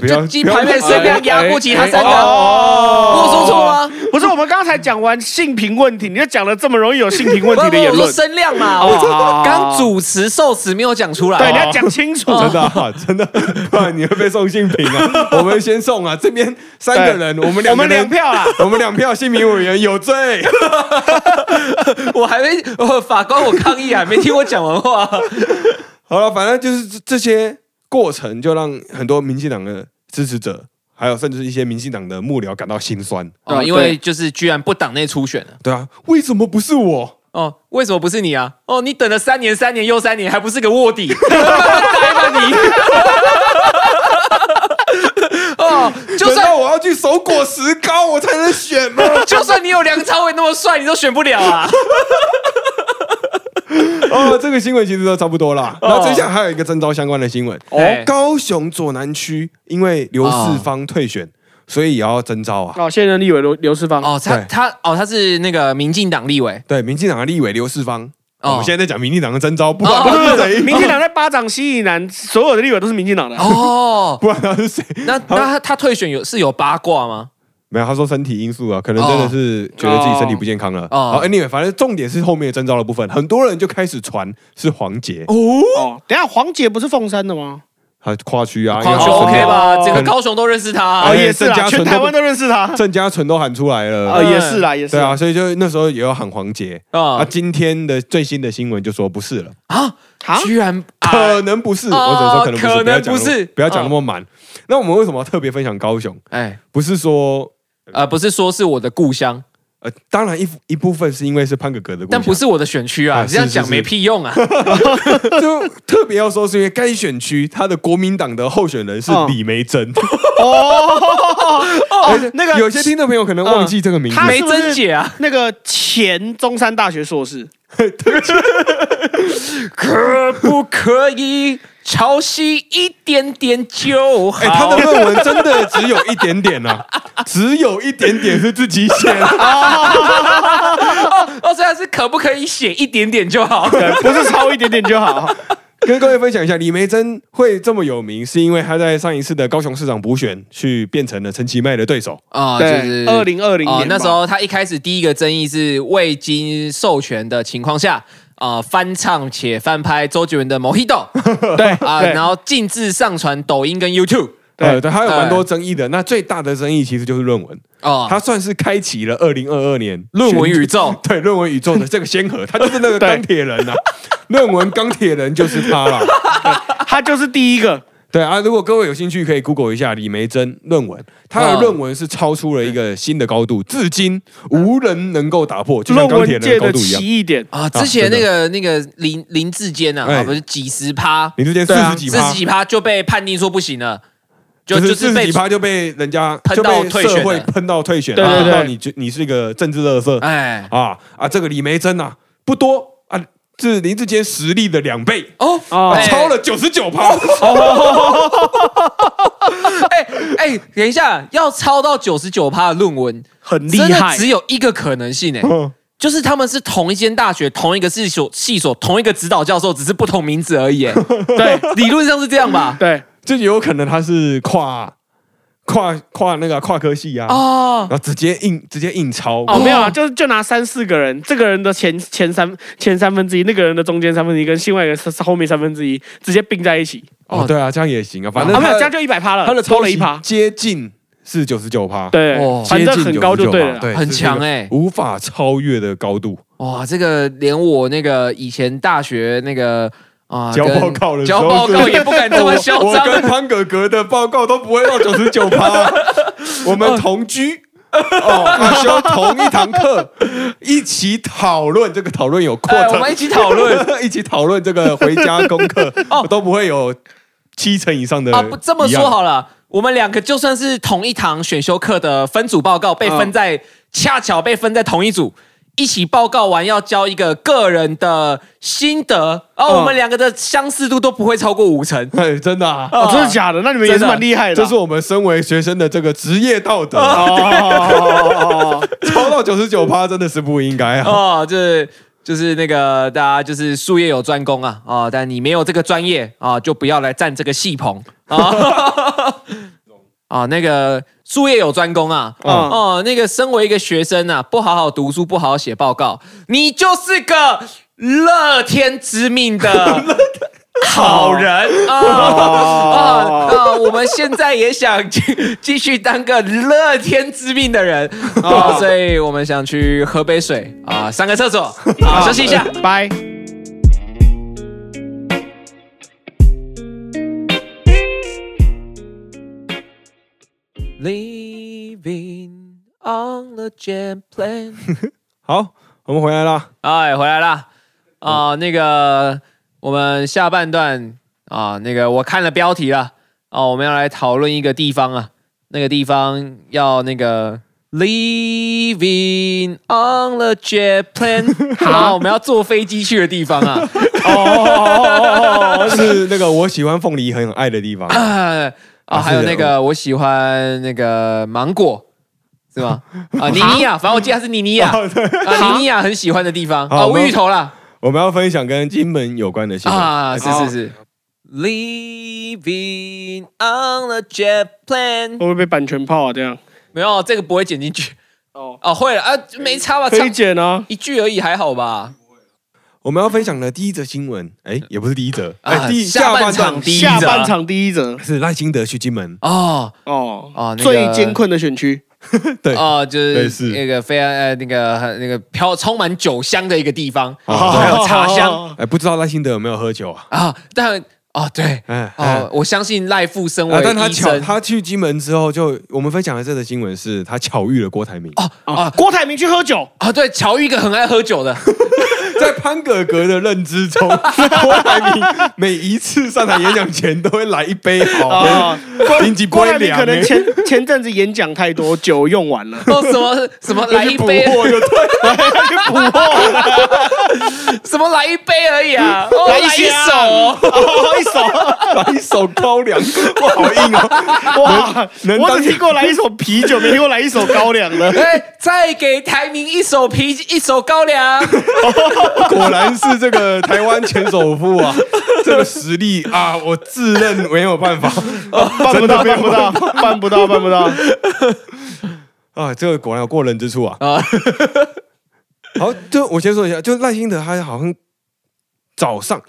S1: 不要
S2: 就鸡排妹
S1: 不要
S2: 随便压过其他三个，
S3: 哎哎哎
S2: 我
S3: 哦
S2: 有说错吗？
S3: 不是我们刚才讲完性平问题，你就讲了这么容易有性平问
S2: 不
S3: 题
S2: 不，
S3: 的言
S2: 我说
S3: 论，
S2: 声量嘛，
S3: 哦好好
S2: 我
S3: 好
S2: 刚主持受词没有讲出来。啊
S3: 对，你要讲清楚。
S1: 真的、啊、真的，不然你会被送性平
S2: [laughs]
S1: 啊！我们先送啊，这边三个人，我们两
S3: 我们
S1: 个人
S3: 两，票啦，
S1: [laughs] 我们两票，性平委员有罪。 [laughs]
S2: [laughs] 我还没，我法官我抗议还没听我讲完话。
S1: 好了，反正就是这这些过程，就让很多民进党的支持者，还有甚至一些民进党的幕僚感到心酸。
S2: [laughs] 哦，
S3: 对
S2: 因为就是居然不党内初选了。
S1: 对啊，为什么不是我？
S2: 哦，为什么不是你啊？哦，你等了三年，三年又三年，还不是个卧 [laughs] 底？呆吧你！ [laughs] 哦，就
S1: 难
S2: 算
S1: 道我要去手果石膏我才能选
S2: [laughs]
S1: 吗？
S2: 就算你有梁朝伟那么帅，你都选不了啊！
S1: 哦，这个新闻其实都差不多啦。
S2: 哦
S1: 然后这下还有一个征召相关的新闻，
S2: 对
S1: 高雄左南区因为刘世芳退选，所以也要征召啊。
S3: 哦，现任立委刘刘世芳，
S2: 哦，他
S1: 对
S2: 他哦，他是那个民进党立委
S1: 对，民进党的立委刘世芳，
S2: 哦
S1: 我们现在在讲民进党的征召，不管
S2: 哦
S1: 他是谁，
S3: 民进党在巴掌西以南，所有的立委都是民进党的。
S2: 哦。
S1: 不管他是谁，
S2: 那那他他退选有是有八卦吗？
S1: 没有，他说身体因素啊，可能真的是觉得自己身体不健康了。
S2: 哦
S1: 好，anyway，反正重点是后面的征召的部分，很多人就开始传是黄杰，
S3: 哦，等一下黄姐不是凤山的吗？
S1: 他跨区啊，
S2: 跨
S1: 因为
S2: 区
S1: 他
S3: 哦
S1: 身
S2: OK
S1: 体
S2: 吧？
S3: 哦
S2: 整个高雄都认识他
S1: 哎
S3: 哦，
S2: 啊。
S3: 也是
S1: 郑
S3: 啦，
S1: 嘉
S3: 全
S1: 纯
S3: 台湾都认识他。
S1: 郑嘉纯都喊出来了。
S2: 哦
S3: 呃，也是啦，也是
S1: 对
S3: 啦
S1: 啊，。所以就那时候也有喊黄杰啊。
S2: 啊
S1: 今天的最新的新闻就说不是了，
S2: 啊！
S3: 啊
S2: 居然
S1: 可能不是，
S2: 哦
S1: 我只能说可能
S2: 可能
S1: 不
S2: 不
S1: 是，
S2: 是
S1: 不要讲那么不要讲那么满。那我们为什么要特别分享高雄？
S2: 哎
S1: 不是说
S2: 呃，不是说是我的故乡，
S1: 呃，当然一一部分是因为是潘哥哥的故乡，
S2: 但不是我的选区
S1: 啊
S2: 啊！你这样
S1: 是是
S2: 讲
S1: 是
S2: 没屁用 [laughs] 啊！
S1: 就特别要说是因为该选区他的国民党的候选人是李梅珍，
S3: 哦，那个
S1: 有些听众朋友可能忘记这个名字
S3: 嗯，他
S2: 梅
S3: 是不是
S2: 珍姐啊，
S3: 那个前中山大学硕士，
S2: [laughs] 可不可以潮汐一点点就好？
S1: 哎、他的论文真的只有一点点呐、啊，只有一点点是自己写的，
S2: 哦，虽然是可不可以写一点点就好？
S3: 对，不是超一点点就好。
S1: 跟各位分享一下，李梅珍会这么有名，是因为她在上一次的高雄市长补选去变成了陈其迈的对手。
S2: 啊，
S3: 对，二零二零
S2: 哦
S3: 年，
S2: 那时
S3: 吧
S2: 候他一开始第一个争议是未经授权的情况下。啊、翻唱且翻拍周杰伦的《Mojito》
S3: [laughs] [laughs] 对
S2: 啊、
S3: 对
S2: 然后禁止上传抖音跟 YouTube
S3: 对
S1: 呃，对，还有蛮多争议的。那最大的争议其实就是论文，
S2: 哦，
S1: 他算是开启了二零二二年
S2: 论文宇宙
S1: 对论文宇宙的这个先河，他就是那个
S3: 对
S1: 钢铁人呐、啊，论文钢铁人就是他啦。
S3: 他就是第一个，
S1: 对啊，如果各位有兴趣，可以 Google 一下李梅珍论文，她的论文是超出了一个新的高度，至今无人能够打破，就像钢
S3: 论
S1: 铁
S3: 文
S1: 人的
S3: 界
S1: 高
S3: 的
S1: 度一样
S3: 奇。异点。
S2: 啊，之前
S1: 真的
S2: 那个、那个林林志坚啊，
S1: 哎
S2: 啊不是几十趴，
S1: 你之前四
S3: 对啊
S1: 十几
S2: 四
S1: 趴
S2: 十，几趴就被判定说不行了，就
S1: 就是
S2: 就
S1: 四
S2: 是
S1: 十
S2: 被
S1: 几趴就被人家
S2: 喷
S1: 就
S2: 到
S1: 被
S2: 退选
S1: 社会
S2: 了
S1: 喷到退选，
S3: 对对
S1: 啊
S3: 对
S1: 到你就你是一个政治垃圾
S2: 哎
S1: 啊啊！这个李梅珍啊，不多啊，是林志坚实力的两倍。啊
S2: 哦
S3: 哦
S2: 哎
S1: 超了九十九趴，
S2: 哎哎，等一下，要抄到九十九趴的论文，
S3: 很厉
S2: 真的
S3: 害
S2: 只有一个可能性哎、
S1: 嗯
S2: 就是他们是同一间大学、同一个系所、系所、同一个指导教授，只是不同名字
S1: [laughs]
S2: 而已。哎
S3: 对 [laughs]
S2: 理论上是这样吧？
S3: 对，
S1: 这有可能他是跨跨跨那个跨科系啊，
S2: 哦
S1: 然后直接硬直接硬抄，
S3: 哦，没有啊，就是就拿三四个人，这个人的前前三前三分之一，那个人的中间三分之一，跟另外一个是是后面三分之一，直接并在一起。
S1: 哦，对啊，这样也行啊，反正
S3: 啊，没有，
S1: 他
S3: 这样就一百趴了，
S1: 他的
S3: 抽
S1: 抄
S3: 了
S1: 袭
S3: 一趴。
S1: 接近是九十九趴，
S3: 对
S2: 哦，
S3: 反正很高就对了啦。
S1: 对，
S2: 很
S1: 是这个
S2: 强欸
S1: 无法超越的高度。
S2: 哇，这个连我那个以前大学那个啊，
S1: 交
S2: 跟
S1: 报告的时
S2: 交
S1: 候
S2: 报告也不敢这么 [laughs] 嚣
S1: 我跟
S2: 张。啊
S1: 潘哥哥的报告都不会到九十九趴，
S2: [laughs]
S1: 我们同居。哦，啊修同一堂课，一起讨论这个讨论有扩
S2: 哎，
S1: 展，
S2: 我们一起讨论
S1: [laughs] 一起讨论这个回家功课，
S2: [laughs] 哦
S1: 都不会有七成以上的
S2: 啊，不这么
S1: 一样
S2: 说好了，我们两个就算
S1: 嗯
S2: 是同一堂选修课的分组报告，被分在恰巧被分在同一组，一起报告完要交一个个人的心得，然后
S1: 嗯
S2: 我们两个的相似度都不会超过
S1: [laughs]
S2: 五成。
S1: 哎，真的啊，
S3: 哦，真的假的？那你们也是
S2: 真的
S3: 蛮厉害的啊。
S1: 这是我们身为学生的这个职业道德，
S3: 哦哦哦哦哦，
S1: [laughs] 超到九十九趴真的是不应该啊。
S2: 哦，就是就是那个大家就是术业有专攻啊，哦，但你没有这个专业啊、就不要来占这个戏棚啊。
S1: [laughs]
S2: 啊，那个术业有专攻啊，
S3: 嗯
S2: 哦，那个身为一个学生啊，不好好读书，不好好写报告，你就是个乐天知命的好人啊啊啊！我们现在也想继继续当个乐天知命的人啊，所以我们想去喝杯水啊，上个厕所啊，休息一下。
S3: 拜。
S2: Living on the jet plane。
S1: 好，我们回来啦。
S2: 哎，回来啦！
S1: 嗯
S2: 啊、那个我们下半段啊、那个我看了标题了啊、我们要来讨论一个地方啊，那个地方要那个 living on the jet
S1: [laughs]
S2: plane，好，我们要坐飞机去的地方啊。
S1: 哦，是那个我喜欢凤梨很爱的地方。
S2: 啊、啊，还有那个
S1: 嗯
S2: 我喜欢那个芒果。是吗？
S1: [laughs]
S2: 啊，尼尼亚，反正我记得他是尼尼亚，啊，尼尼亚很喜欢的地方啊，
S1: 哦好
S2: 乌芋头啦，
S1: 我们要分享跟金门有关的新闻。
S2: 啊，是是是。Living on the jet
S3: 会
S2: plane，
S3: 不会被版权炮啊？这样
S2: 没有这个不会剪进去
S3: 哦，
S2: 哦，会了啊，没差吧？
S3: 可以
S2: 唱
S3: 剪啊。
S2: 一句而已，还好吧？
S1: 我们要分享的第一则新闻，哎，也不是第一则，
S2: 啊
S1: 哎，第
S2: 下半
S1: 半
S2: 场第一则
S3: 下半场第一折
S1: 是赖清德去金门，
S2: 哦
S3: 哦
S2: 哦，那个
S3: 最艰困的选区
S1: 对，
S2: 哦，就
S1: 类
S2: 是
S1: 似
S2: 那个非常呃那个那个飘充满酒香的一个地方，
S1: 哦
S2: 还有茶
S3: [laughs]
S2: 香
S1: 哎，不知道赖清德有没有喝酒啊？
S2: 啊，但哦对
S1: 哎，哎
S2: 哦，我相信赖富身为
S1: 啊！但他
S2: 医
S1: 巧，
S2: 生
S1: 他去金门之后就，我们分享的这则新闻是他巧遇了郭台铭，
S2: 哦
S3: 啊。
S2: 哦
S3: 郭台铭去喝酒，
S2: 哦，对，乔玉一个很爱喝酒的，
S1: 在潘哥哥的认知中，郭台铭每一次上台演讲前都会来一杯好
S3: 哦，
S1: 顶级
S3: 郭
S1: 杯
S3: 台铭
S1: 凉，
S3: 可能前前阵子演讲太多，酒用完了。
S2: 哦什么什么
S1: 来
S2: 来一
S1: 补
S2: 杯，
S1: 货就对了，去补货。
S2: 什么来一杯而已啊，哦
S3: 来
S2: 来
S3: 一
S2: 一
S3: 箱
S2: 手哦。
S1: 一手，来一手高粱，哇，好硬哦！
S3: 哇！
S1: 能
S3: 我
S1: 当
S3: 只听过来一首啤酒，没听过来一首高粱
S2: [laughs]
S3: 的。
S2: 哎，再给台铭一手啤，一手高
S1: [laughs]
S2: 粱。
S1: 果然是这个台湾前首富
S2: [laughs]
S1: 啊，这个实力啊，我自认没有办法
S3: 办不到，办不到，办不到，办不到。
S1: 啊，这个果然有过人之处啊！
S2: 啊
S1: [laughs] 好，就我先说一下，就赖清德他好像早上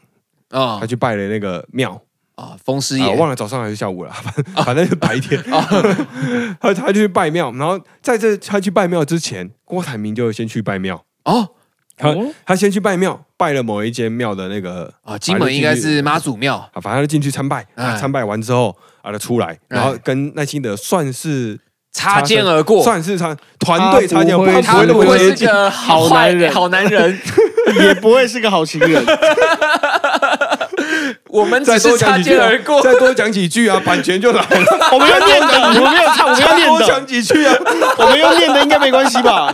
S2: 啊
S1: 他去拜了那个庙，
S2: 啊！风师
S1: 啊，我
S2: 爷
S1: 忘了早上还是下午了， [laughs] 反正
S2: 啊
S1: 反正就白
S2: [laughs]
S1: 天。 [laughs] 他他就去拜庙，然后在这他去拜庙之前，郭台铭就先去拜庙。
S2: 哦
S1: 他、
S3: 哦
S1: 他先去拜庙，拜了某一间庙的那个
S2: 啊！金门应该是妈祖庙
S1: 啊，反正他就进去参拜，
S2: 哎
S1: 啊，参拜完之后啊，他出来，然后跟赖清德算是
S2: 擦肩而过，
S1: 算是他团队
S3: 他
S1: 擦肩而
S3: 不
S1: 过，
S3: 会
S1: 他
S2: 他
S1: 不
S2: 不
S1: 会那么
S2: 会
S1: 接
S2: 是
S1: 近。
S2: 个好
S3: 好男
S2: 男
S3: 人
S2: 人，好男人。
S3: [laughs] 也不会是个好情 [laughs] 人。
S2: [laughs] 我们
S1: 再
S2: 只
S1: 多
S2: 是
S1: 讲
S2: 擦
S1: 几句
S2: 肩
S1: 啊
S2: 而过，
S1: 再多讲几句啊，版权就来
S2: [laughs]
S1: 了。
S3: 我们要念的，我们没有 [laughs] 唱，我们要
S1: 再多
S3: 念
S1: 讲
S3: 的，
S1: 几句啊，
S3: 我们要念的应该没关系 [laughs] 吧？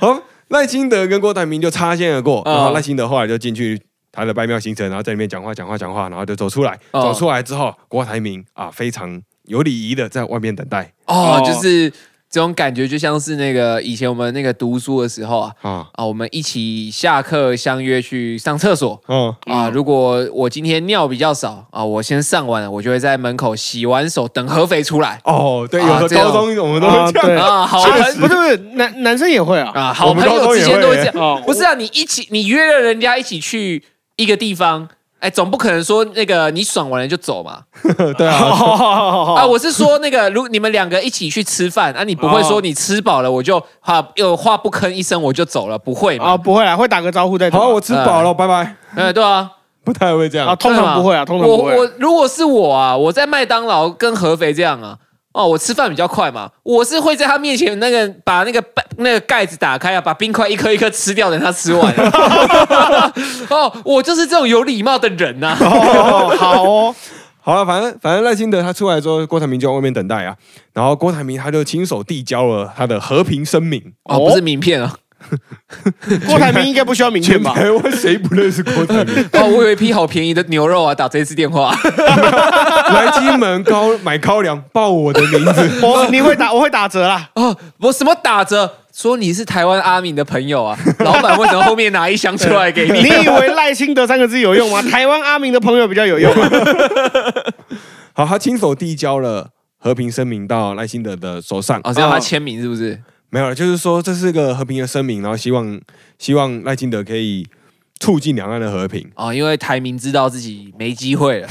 S1: 好，赖清德跟郭台铭就擦肩而过，
S2: 嗯
S1: 然后赖清德后来就进去他的拜庙行程，然后在里面讲话讲话讲话，然后就走出来，
S2: 嗯
S1: 走出来之后，郭台铭啊非常有礼仪的在外面等待
S2: 哦
S3: 哦，
S2: 就是这种感觉，就像是那个以前我们那个读书的时候啊
S1: 啊，
S2: 啊，我们一起下课相约去上厕所，
S1: 嗯，
S2: 啊，如果我今天尿比较少啊，我先上完了，我就会在门口洗完手等合肥出来
S1: 哦，对，
S2: 啊
S1: 有的
S2: 这样
S1: 高中我们都会这
S3: 啊对
S1: 样，
S2: 啊，好
S3: 啊
S2: 朋
S3: 不是不是，男男生也会啊。
S2: 啊，
S1: 我
S2: 好
S1: 们
S2: 朋
S1: 高中
S2: 友
S1: 也
S2: 之间都
S1: 会
S2: 会这
S1: 欸
S2: 样，
S3: 哦
S2: 不是啊，你一起你约了人家一起去一个地方。哎，总不可能说那个你爽完了就走嘛？
S1: 对啊，
S2: 啊，
S3: 啊，
S2: 我是说那个，如你们两个一起去吃饭，啊，你不会说你吃饱了我就啊又话不吭一声我就走了，不会嘛？
S3: 啊，不会啦，会打个招呼再走。
S1: 好，我吃饱了，拜拜。
S2: 哎，对啊，
S1: 不太会这样
S3: 啊，通
S2: 对嘛
S3: 常不会啊，通常
S2: 我
S3: 不会
S2: 我。如果是我啊，我在麦当劳跟合肥这样啊，哦，我吃饭比较快嘛，我是会在他面前那个把那个那个盖子打开啊，把冰块一颗一颗吃掉，等他吃
S3: [laughs]
S2: 完、
S3: [laughs]
S2: 哦，我就是这种有礼貌的人呐、啊。
S3: 哦，好哦，
S1: 好了，反正反正赖清德他出来之后，郭台铭就在外面等待啊。然后郭台铭他就亲手递交了他的和平声明。
S2: 哦，不是名片啊，
S3: 郭台铭应该不需要名片
S1: 全
S3: 吧？
S1: 台湾谁不认识郭台铭？
S3: [laughs]
S2: 哦，我有一批好便宜的牛肉啊，打这一次电话，
S1: 来金门高买高粱，报我的名字。 [laughs]
S3: 我你会打，我会打折啦。
S2: 哦，我什么打折？说你是台湾阿敏的朋友啊，老板为什么后面拿一箱出来
S3: [laughs]
S2: 给
S3: [laughs] 你
S2: 你？
S3: 以为赖清德三个字有用吗？台湾阿明的朋友比较有用啊。 [laughs]
S1: 好，他亲手递交了和平声明到赖清德的手上。
S3: 啊
S2: 哦，是要他签名是不是？
S1: 没有了，就是说这是个和平的声明，然后希望希望赖清德可以促进两岸的和平。
S2: 哦，因为台民知道自己没机会了。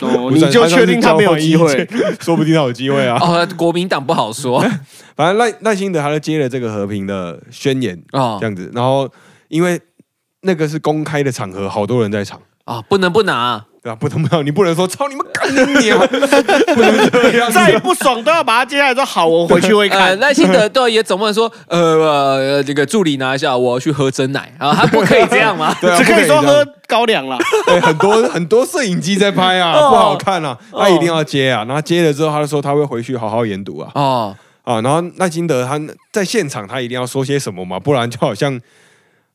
S3: 哦
S1: 不
S3: 你
S1: 是
S3: 就确定他没有机，
S1: 上次
S3: 会？
S1: 交换意见 [laughs] 说不定他有机会啊。
S2: [laughs] 哦，国民党不好
S1: [laughs]
S2: 说。
S1: 反正赖赖清德他就接了这个和平的宣言，
S2: 哦
S1: 这样子。然后因为那个是公开的场合，好多人在场，
S2: 哦，不能不拿。
S1: 对吧、 [laughs] 不能不能，你不能说操你们干你啊， [laughs] 不能这样子。？
S3: [laughs] 再不爽都要把他接下来说好，我回去会
S2: 呃，
S3: [laughs] 看。
S2: 赖清德对也总不能说，呃呃，这个助理拿一下，我要去喝真奶啊，他不可以这样吗
S1: 对啊，
S3: 只
S1: 不
S3: 可以说
S1: 这样
S3: 喝高粱啦。
S1: 对，哎很多很多摄影机在拍啊，
S2: 哦
S1: 不好看啊，他一定要接啊。然后接了之后，他就说他会回去好好研读啊
S2: 哦，
S1: 啊。然后赖金德他在现场，他一定要说些什么嘛，不然就好像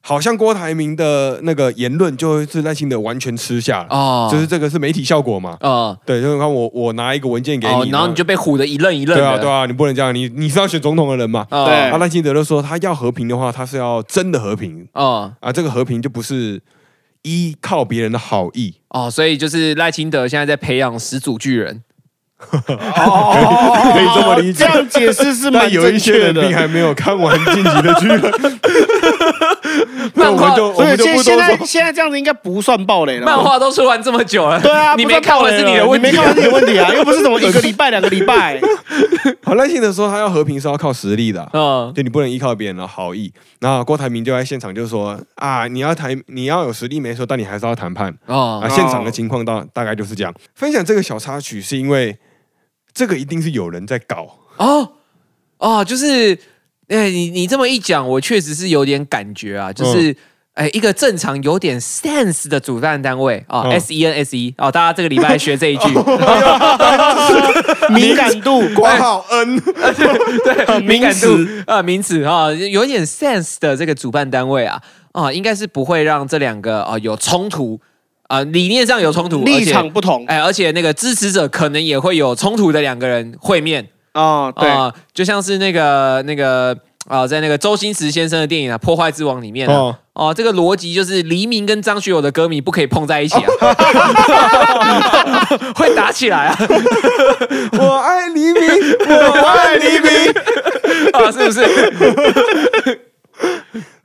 S1: 好像郭台铭的那个言论就是赖清德完全吃下了，
S2: 哦，
S1: 就是这个是媒体效果嘛。
S2: 哦
S1: 对，就是看我我拿一个文件给
S2: 哦
S1: 你，，
S2: 然后你就被唬得一愣一愣
S1: 对
S2: 的。
S1: 啊对啊，你不能这样，你你是要选总统的人嘛。
S2: 哦
S3: 对
S1: 啊，赖清德就说他要和平的话，他是要真的和平
S2: 哦
S1: 啊，这个和平就不是依靠别人的好意。
S2: 哦，所以就是赖清德现在在培养始祖巨人。
S3: 哦
S1: 可以这么理解
S3: 这样解释是
S1: 但
S3: 蛮
S1: 有
S3: 正
S1: 一些
S3: 确
S1: 人并
S3: 的。
S1: 还没有看完《晋级的
S3: [laughs]
S1: 巨人》，那我们就我
S3: 所以
S1: 们就
S3: 现
S1: 不
S3: 现
S1: 多
S3: 在
S1: 说。
S3: 现在这样子应该不算暴雷了
S2: 漫
S3: 吧。
S2: 画都说完这么久了，
S3: 对啊，
S2: 你
S3: 不
S2: 没
S3: 算
S2: 看
S3: 暴
S2: 完
S3: 雷
S2: 是你的
S3: 了
S2: 问题
S3: 你没看
S2: 啊。
S3: 完是你的问题啊，又不是什么一个礼拜、两个礼拜。
S1: 好，赖幸德说他要和平是要靠实力的啊、
S2: 嗯，
S1: 就你不能依靠别人的好意。然后郭台铭就在现场就说啊，你要谈，你要有实力没错，但你还是要谈判啊。
S2: 哦
S1: 现场的情况大大概就是这样。分享这个小插曲是因为这个一定是有人在搞，
S2: 哦哦，就是，哎，你你这么一讲，我确实是有点感觉啊，
S3: 嗯
S2: 就是。哎，一个正常有点 sense 的主办单位啊
S1: 嗯
S2: ，S E N S E 哦，大家这个礼拜学这一句，
S3: 哦敏感度
S1: 挂号 N
S2: [laughs] 对，敏感度
S3: 哦名
S2: 啊，名词啊，有一点 sense 的这个主办单位啊，啊，应该是不会让这两个啊有冲突啊，理念上有冲突，而
S3: 立
S2: 且
S3: 场不同
S2: 哎，而且那个支持者可能也会有冲突的两个人会面
S3: 啊，对，
S2: 啊，就像是那个那个啊，在那个周星驰先生的电影啊《破坏之王》里面啊
S1: 哦，
S2: 哦，这个逻辑就是黎明跟张学友的歌迷不可以碰在
S1: [laughs]
S2: 一起啊，会打起来啊。
S1: [laughs] 我爱黎明，我爱黎明。
S2: [laughs] 啊，是不是？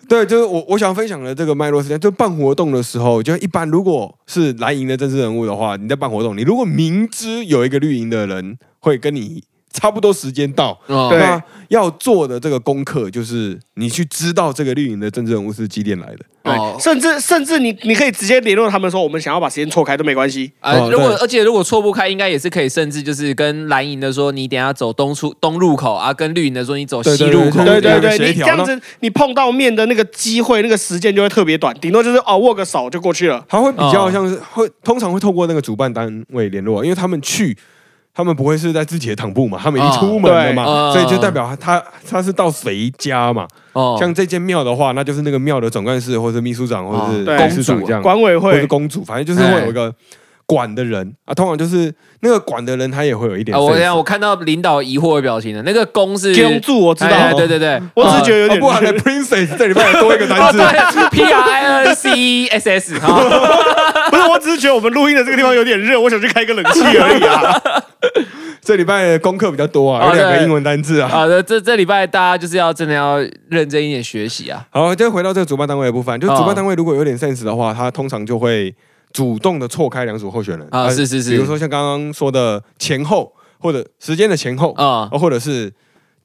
S1: 对，就是我我想分享的这个脉络是这样，就办活动的时候，就一般如果是蓝营的政治人物的话，你在办活动，你如果明知有一个绿营的人会跟你差不多时间到，
S2: 哦
S3: 对
S1: 那要做的这个功课就是你去知道这个绿营的政治人物是几点来的。
S2: 哦
S3: 对，甚至甚至你你可以直接联络他们说，我们想要把时间错开都没关系。
S2: 啊、
S1: 哦
S2: 如果
S1: 对
S2: 而且如果错不开，应该也是可以，甚至就是跟蓝营的说，你等一下走东出东路口啊，跟绿营的说你走西路口。
S1: 对对对
S3: 对对对，
S1: 协
S3: 你
S1: 调
S3: 这样子，你碰到面的那个机会，那个时间就会特别短，顶多就是哦握个手就过去了。
S1: 他会比较
S2: 哦
S1: 像是会通常会透过那个主办单位联络，因为他们去。他们不会是在自己的党部嘛？他们已经
S2: 哦
S1: 出门了
S3: 对
S1: 嘛，
S2: 哦
S1: 所以就代表他他是到谁家嘛？
S2: 哦
S1: 像这间庙的话，那就是那个庙的总干事，或是秘书长，或者是
S2: 哦
S1: 董事长
S2: 对
S1: 这样，
S3: 管委
S1: 或者是
S3: 会
S1: 公主，反正就是会有一个
S2: 哎
S1: 管的人啊。通常就是那个管的人，他也会有一点
S2: 啊，我等一
S1: sense。
S2: 下我看到领导疑惑的表情了，那个公是
S3: 公住，我知
S2: 哎
S3: 道，
S2: 对对对，
S3: 我只是觉得有
S1: 啊
S3: 点
S1: 不
S2: [laughs]
S1: 然呢，princess 这里面多一个
S2: 哦
S1: 单字，
S2: 对，P R I N C E S
S1: [laughs]
S2: S 哈，
S3: 不是，我只是觉得我们录音的这个地方有点热，我想去开个冷气而已 [laughs] 啊。
S1: 这礼拜的功课比较多啊，有
S2: 哦
S1: 两个
S2: 对
S1: 英文单字啊。
S2: 啊，这这这礼拜大家就是要真的要认真一点学习啊，
S1: 好，再回到这个主办单位的部分，就是
S2: 哦
S1: 主办单位如果有点 sense 的话，他通常就会主动的错开两组候选人
S2: 啊是是是
S1: 比如说像刚刚说的前后，或者时间的前后哦
S2: 啊
S1: 或者是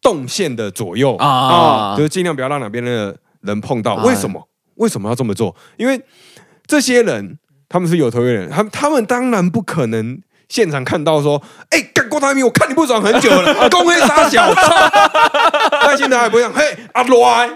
S1: 动线的左右
S2: 啊
S1: 就
S2: 啊
S1: 是尽量不要让哪边的人碰到。
S2: 啊
S1: 为什么？为什么要这么做？因为这些人他们是有头有脸，他们他们当然不可能现场看到说，哎、干郭台铭，我看你不爽很久了，公黑杀小，操！赖清德还不会讲，嘿，阿罗，花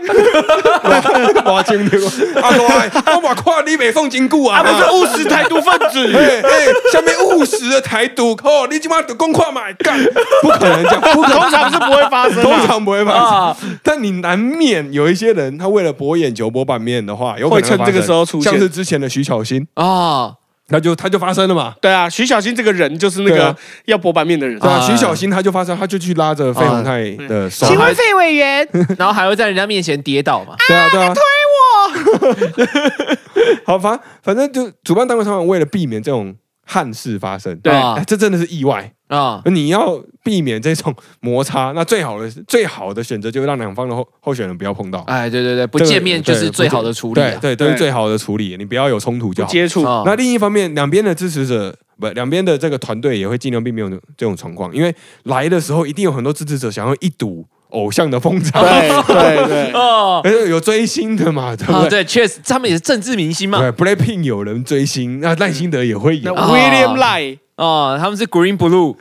S1: 精对吧？阿罗哎，我把跨你北凤金固啊！
S3: 他们是务实台独分子。
S1: 哎哎，下面务实的台独，哦，你他妈的公跨买干，不可能这样，不可能
S3: 通常是不会发生
S1: [laughs]
S3: 啊
S1: 通
S3: 的，
S1: 常不会发生，但你难免有一些人，他为了博眼球、博版面的话，有可能
S3: 会趁这个时候出现
S1: 像是之前的徐巧芯，
S2: 哦，
S1: 那就他就发生了嘛。
S3: 对啊，徐小新这个人就是那
S1: 对
S3: 个
S1: 啊
S3: 要博版面的人
S1: 对，啊，
S2: 啊
S1: 徐小新他就发生，他就去拉着费鸿泰的手，
S4: 请问费委员，
S2: [laughs] 然后还会在人家面前跌倒嘛？
S1: 对啊对啊，推我。 [laughs] 好，反反正就主办单位他们为了避免这种憾事发生，
S3: 对
S2: 啊
S1: 哎这真的是意外。
S2: 啊
S1: 你要避免这种摩擦，那最好的最好的选择就是让两方的候候选人不要碰到，
S2: 哎，对对对，不
S1: 这个
S2: 见面就是
S1: 对
S2: 最好的处理
S1: 对
S2: 啊。
S1: 对，都是
S3: 对
S1: 最好的处理，你不要有冲突就好。
S3: 接触，
S2: 哦
S1: 那另一方面，两边的支持者不，两边的这个团队也会尽量避免有这种状况，因为来的时候一定有很多支持者想要一睹偶像的风
S3: 对
S1: 采，
S3: 对对，
S2: 哦，
S1: 而且有追星的嘛，对不
S2: 啊啊，
S1: 对？
S2: 对，确实，他们也是政治明星嘛。
S1: 对，Blackpink 有人追星，那赖幸德也会
S3: [laughs] 那啊
S1: 有。
S3: William Lai
S2: 哦，他们是 Green Blue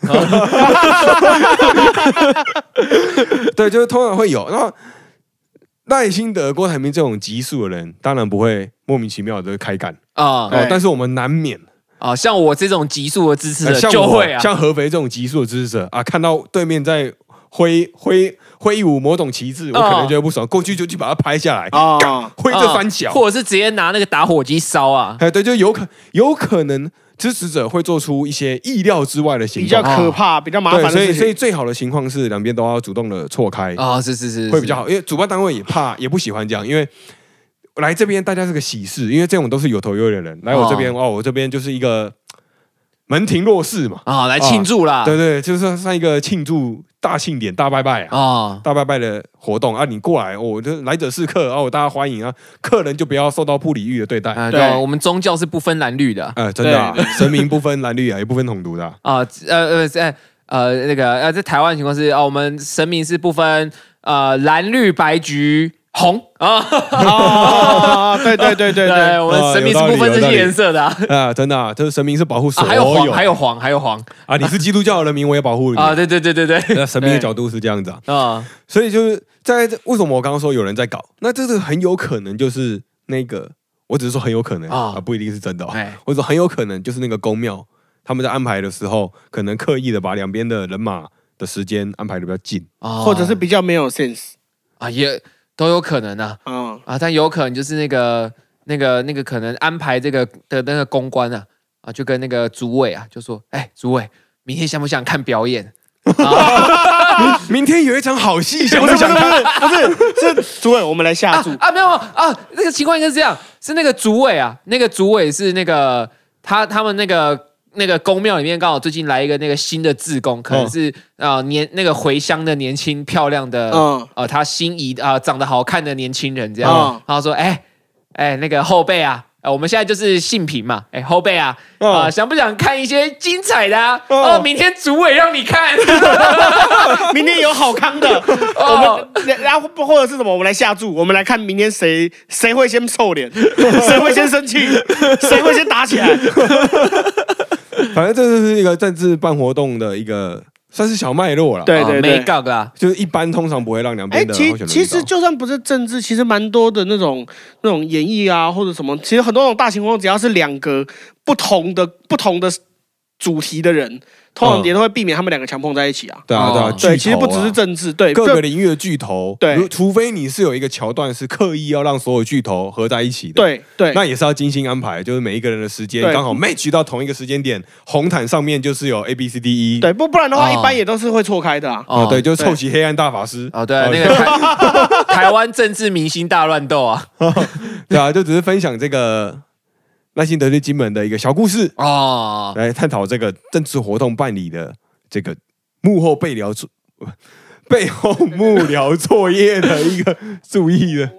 S1: [laughs]
S2: 哦
S1: 对，就是通常会有。那赖幸德、郭台铭这种极速的人，当然不会莫名其妙的开干
S2: 啊
S3: 对
S1: 哦，但是我们难免
S2: 啊！像我这种极速的支持
S1: 呃
S2: 者
S1: 像
S2: 就
S1: 我
S2: 会啊，
S1: 像合肥这种极速的支持者啊，看到对面在挥挥挥舞某种旗帜，我可能就会不爽，过去就去把它拍下来，
S3: 啊，
S1: 挥着翻脚
S2: 啊。或者是直接拿那个打火机烧啊。
S1: 哎，对，就有可有可能支持者会做出一些意料之外的
S3: 比
S1: 行
S3: 较
S1: 动。
S3: 可怕，比较麻烦
S1: 对，
S3: 的
S1: 所以
S3: 事
S1: 所以
S3: 情。
S1: 最好的情况是两边都要主动的错开，
S2: 啊，是是是，
S1: 会比较
S2: 好。
S1: 好，因为主办单位也怕也不喜欢这样，因为。来这边大家是个喜事，因为这种都是有头有脸的人。来我这边，哦，我这边就是一个门庭若市嘛，
S2: 啊，来庆祝啦！
S1: 对对，就是像一个庆祝大庆典、大拜拜啊，
S2: 啊，
S1: 大拜拜的活动啊，你过来，哦我、就来者是客啊，我、大家欢迎啊，客人就不要受到不礼遇的对待，
S2: 啊，
S3: 对
S2: 对啊，我们宗教是不分蓝绿的
S1: 呃，真的、啊，神明不分蓝绿啊，也不分红毒的
S2: [laughs]
S1: 啊、
S2: 啊，呃呃在呃那个呃在台湾的情况是啊，我们神明是不分呃蓝绿白橘红啊，哦
S3: 啊，对对对
S1: [laughs]
S3: 对对，
S2: 我
S1: 哦
S2: 们神明是不分这些颜色的啊，
S1: 啊，真的、啊，就是神明是保护所
S2: 啊
S1: 有，
S2: 还有黄，还有黄，还有黄
S1: 啊，你是基督教的人民，我也保护你
S2: 啊，。对对对对对，
S1: 那神明的
S3: 对
S1: 角度是这样子啊，
S2: 啊
S1: 所以就是在这为什么我刚刚说有人在搞，那这个很有可能就是那个，我只是说很有可能
S2: 啊
S1: 啊，不一定是真的、哦。
S2: 哎
S1: 或者很有可能就是那个公庙他们在安排的时候，可能刻意的把两边的人马的时间安排的比较近。
S2: 啊
S3: 或者是比较没有 sense
S2: 啊也都有可能啊
S3: 啊，
S2: 啊，但有可能就是那个那个那个可能安排这个的那个公关啊啊，就跟那个主委啊就说，哎，主委明天想不想看表演？
S3: 啊
S1: 明天有一场好戏，想
S3: 不
S1: 不
S3: 是不是
S1: 想
S3: 不
S1: 看？
S3: 是不是，是主委，我们来下注
S2: 啊啊，没有没有啊，那个情况应该是这样，是那个主委啊，那个主委是那个他他们那个那个公庙里面刚好最近来一个那个新的志工，可
S3: 嗯
S2: 能是啊、呃年那个回乡的年轻漂亮的，
S3: 嗯
S2: 呃他心仪啊、呃长得好看的年轻人这样，
S3: 嗯
S2: 然后说哎哎那个后辈啊。呃我们现在就是性平嘛，哎、后辈啊，啊、
S1: 嗯
S2: 想不想看一些精彩的、啊？
S1: 嗯
S2: 哦，明天主委让你看，[laughs]
S3: 嗯明天有好康 [laughs] 的，
S2: 哦
S3: 我们然后或者是什么，我们来下注，我们来看明天谁谁会先臭脸，谁会先生气，谁会先打起来。
S1: [laughs] 反正这就是一个政治办活动的一个算是小脉络了。，
S3: 对对
S2: 哦没
S3: 对，
S2: 搞啊啦，
S1: 就是一般通常不会让两
S3: 哎、
S1: 边的候选
S3: 其
S1: 人
S3: 其
S1: 知道
S3: 实就算不是政治，其实蛮多的那种那种演艺啊，或者什么，其实很多种大型活动，只要是两个不同的不同的主题的人，通常
S1: 嗯
S3: 也都会避免他们两个强碰在一起啊。
S1: 对啊对啊，
S2: 哦
S1: 巨头啊
S3: 对，其实不只是政治，对，
S1: 各个
S3: 就
S1: 领域的巨头，
S3: 对
S1: 如除非你是有一个桥段是刻意要让所有巨头合在一起的，，
S3: 对对
S1: 那也是要精心安排，就是每一个人的时间
S3: 对
S1: 刚好 match 到同一个时间点，红毯上面就是有 A B C D E，
S3: 对，不不然的话，
S2: 哦
S3: 一般也都是会错开的啊。
S1: 哦，对，就是
S3: 对啊
S1: 凑齐黑暗大法师
S2: 哦，对，那个
S1: 哦
S2: 台
S1: [laughs]
S2: 台湾政治明星大乱斗啊，
S1: 对啊，就只是分享这个赖幸德去金门的一个小故事，
S2: 哦，
S1: 来探讨这个政治活动办理的这个幕后背聊作 [laughs] 背后幕僚作业的一个注意的。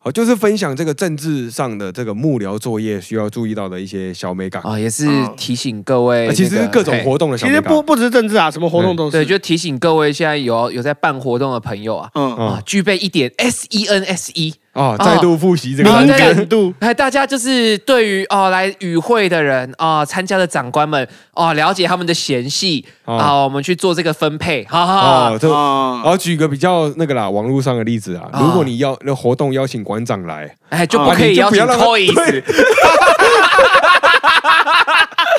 S1: 好，就是分享这个政治上的这个幕僚作业需要注意到的一些小美感，
S2: 啊、也是提醒各位、
S1: 呃其实
S2: 那
S1: 是
S2: 个
S1: 各种
S2: 嘿
S1: 活动的小
S3: 其
S1: 美
S3: 实
S1: 感
S3: 不。不只是政治啊，什么活动都是。
S2: 对，就提醒各位现在有有在办活动的朋友啊，
S3: 嗯
S1: 嗯
S2: 啊，具备一点 S E N S E
S1: 啊，再度复习这个
S2: 哦
S1: 单
S3: 敏
S1: 字
S2: 对
S3: 感度，
S2: 哎，大家就是对于哦来与会的人啊、参加的长官们哦，了解他们的嫌隙啊、
S1: 哦
S2: 我们去做这个分配，哈哈。
S1: 哦，这
S3: 啊
S1: 然，后举个比较那个啦，网络上的例子啊，
S2: 啊
S1: 如果你要那活动邀请馆长来，
S2: 哎，就不可以邀
S1: 啊你就不
S2: 请
S1: 要让他 [laughs]
S2: Toys，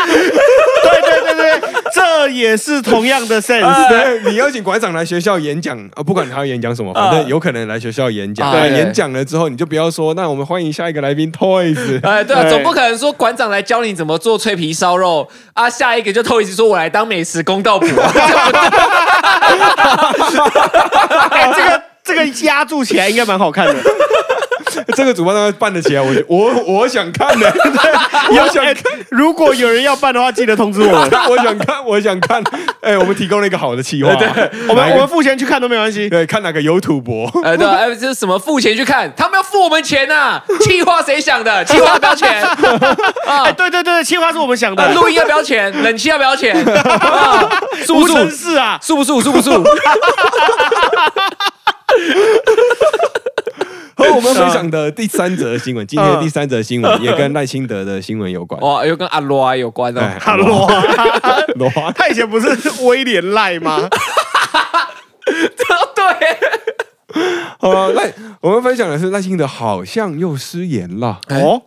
S3: 对对对对，这也是同样的
S1: [laughs]
S3: sense。
S1: 对，你邀请馆长来学校演讲啊，不管他要演讲什么，反正有可能来学校演讲。
S2: 啊
S1: 对，
S3: 对
S1: 演讲了之后，你就不要说，那我们欢迎下一个来宾 Toys。
S2: [laughs]
S3: [laughs]
S2: 哎，对啊，
S3: 对
S2: 总不可能说馆长来教你怎么做脆皮烧肉啊，下一个就 Toys 说我来当美食公道啊婆，
S3: 哎，这个这个压住起来应该蛮好看的，
S1: 这个主办方办得起来，啊我我我想看
S3: [laughs]
S1: 的，对我想
S3: 哎
S1: 看。
S3: 如果有人要办的话，记得通知我们。
S1: 我想看，我想看，哎、我们提供了一个好的企划，
S3: [laughs] 我们
S1: 哪一
S3: 我
S1: 个
S3: 们付钱去看都没关系。
S1: 对，看哪个有土
S3: [laughs]
S1: 博，
S2: 呃，对啊， [laughs] 哎，这是什么付钱去看？他们要付我们钱呐、啊，计划谁想的？计划要不要钱？ [laughs]
S3: 哎，
S2: 啊，
S3: 对对对，对计划是我们想
S2: 呃
S3: 的，
S2: 录音要不要钱？冷气要不要钱？啊，住
S3: 无
S2: 不
S3: 城
S2: 住？
S3: 市啊，
S2: 素不素？素不素？
S1: 和我们分享的第三则新闻，今天的第三则新
S3: [laughs]
S1: 闻也跟赖清德的新闻有关。
S2: 哇，又跟阿罗啊有关哦。
S1: 哎
S3: 哦哈罗啊，
S1: 罗华
S3: [laughs] 他以前不是威廉赖吗？
S2: [laughs] 对，
S1: 呃，赖，我们分享的是赖清德好像又失言了。
S2: 哎
S3: [laughs] 哦，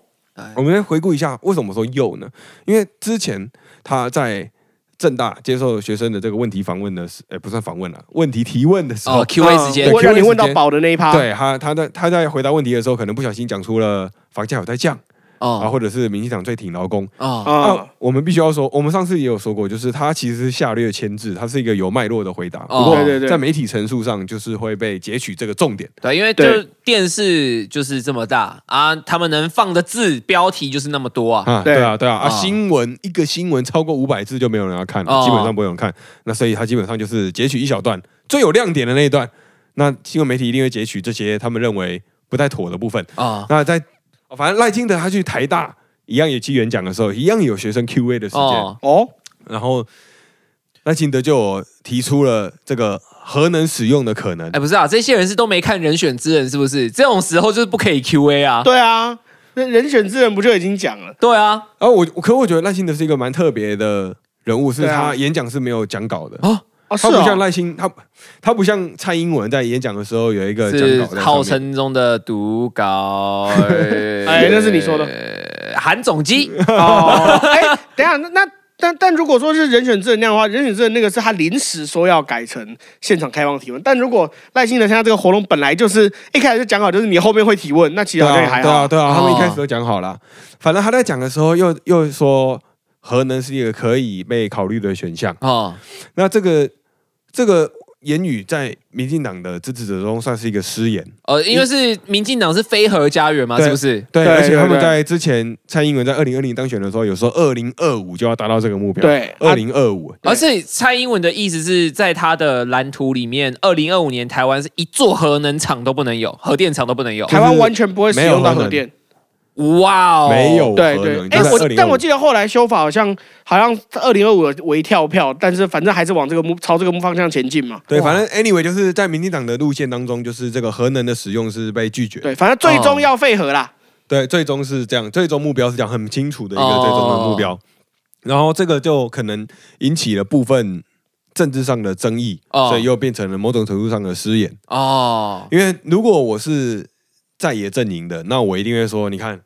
S1: 我们先回顾一下，为什么说又呢？因为之前他在正大接受学生的这个问题访问的时，呃，不算访问了，问题提问的时候，
S2: 哦，Q A 时间
S1: 啊对
S3: 啊我让你问到
S1: Q&A 时间
S3: 饱的那一趴，，
S1: 对他他在他在回答问题的时候，可能不小心讲出了房价有在降啊，
S2: 哦
S1: 或者是民进党最挺劳工。
S2: 哦
S3: 啊
S1: 啊，，我们必须要说，我们上次也有说过，就是他其实是下略牵制，他是一个有脉络的回答。不
S2: 哦
S1: 过
S3: 对对对
S1: 在媒体陈述上，就是会被截取这个重点。
S2: 对，因为就
S3: 对
S2: 是电视就是这么大啊，他们能放的字标题就是那么多啊。
S1: 啊，
S3: 对
S1: 对啊，对啊，啊，
S2: 啊
S1: 新闻一个新闻超过五百字就没有人要看
S2: 哦
S1: 了，基本上不会有人看。那所以他基本上就是截取一小段最有亮点的那一段，那新闻媒体一定会截取这些他们认为不太妥的部分。
S2: 啊
S1: 那在哦反正赖清德他去台大一样也去演讲的时候，一样有学生 Q&A 的时间，
S2: 哦
S3: 哦，
S1: 然后赖清德就有提出了这个核能使用的可能
S2: 哎，。不是啊，这些人是都没看《人选之人》，是不是？这种时候就是不可以 Q A 啊。
S3: 对啊，那人选之人不就已经讲了？
S2: 对啊，
S1: 而我可我觉得赖清德是一个蛮特别的人物，是
S3: 对啊
S1: 他演讲是没有讲稿的。
S3: 哦，是
S1: 他不像
S3: 哦，
S1: 赖清，他他不像蔡英文在演讲的时候有一个讲
S2: 是
S1: 稿在上面
S2: 号称中的读稿。
S3: [laughs] 哎那是你说的
S2: 的。哎韩总机
S3: 哦， [laughs] 哎，等一下，那那但但如果说是人选之人那样的话，人选之人那个是他临时说要改成现场开放提问，但如果赖清德现在这个活动本来就是一开始就讲好，就是你后面会提问，那其
S1: 对
S3: 实好像也
S1: 啊
S3: 还
S1: 对啊
S3: 好。
S1: 对啊，他们
S2: 哦
S1: 一开始都讲好了。反正他在讲的时候又又说核能是一个可以被考虑的选项。
S2: 哦，
S1: 那这个这个言语在民进党的支持者中算是一个失言，
S2: 呃，因为是民进党是非核家园嘛，
S1: 对
S2: 是不是？
S1: 对，
S3: 对
S1: 而且他们
S3: 对对
S1: 在之前蔡英文在二零二零当选的时候，有说二零二五就要达到这个目标，
S3: 对啊
S1: 二零二五。
S2: 而且蔡英文的意思是在他的蓝图里面，二零二五年台湾是一座核能厂都不能有，核电厂都不能有。
S3: 台湾完全不会使用到核电，
S2: 哇哦，
S1: 没有
S3: 对
S1: 核
S3: 对
S1: 能，，就
S3: 哎，
S1: 在
S3: 我
S1: 2025
S3: 但我记得后来修法好像好像二零二五为跳票，但是反正还是往这个目朝这个目方向前进嘛。
S1: 对，
S2: 哇
S1: 反正 anyway 就是在民进党的路线当中，就是这个核能的使用是被拒绝的。
S3: 对，反正最
S1: 哦
S3: 终要废核啦。
S1: 对，最终是这样，最终目标是这样，很清楚的一个
S2: 哦
S1: 最终的目标。然后这个就可能引起了部分政治上的争议，
S2: 哦
S1: 所以又变成了某种程度上的失言。
S2: 哦，
S1: 因为如果我是在野阵营的，那我一定会说，你看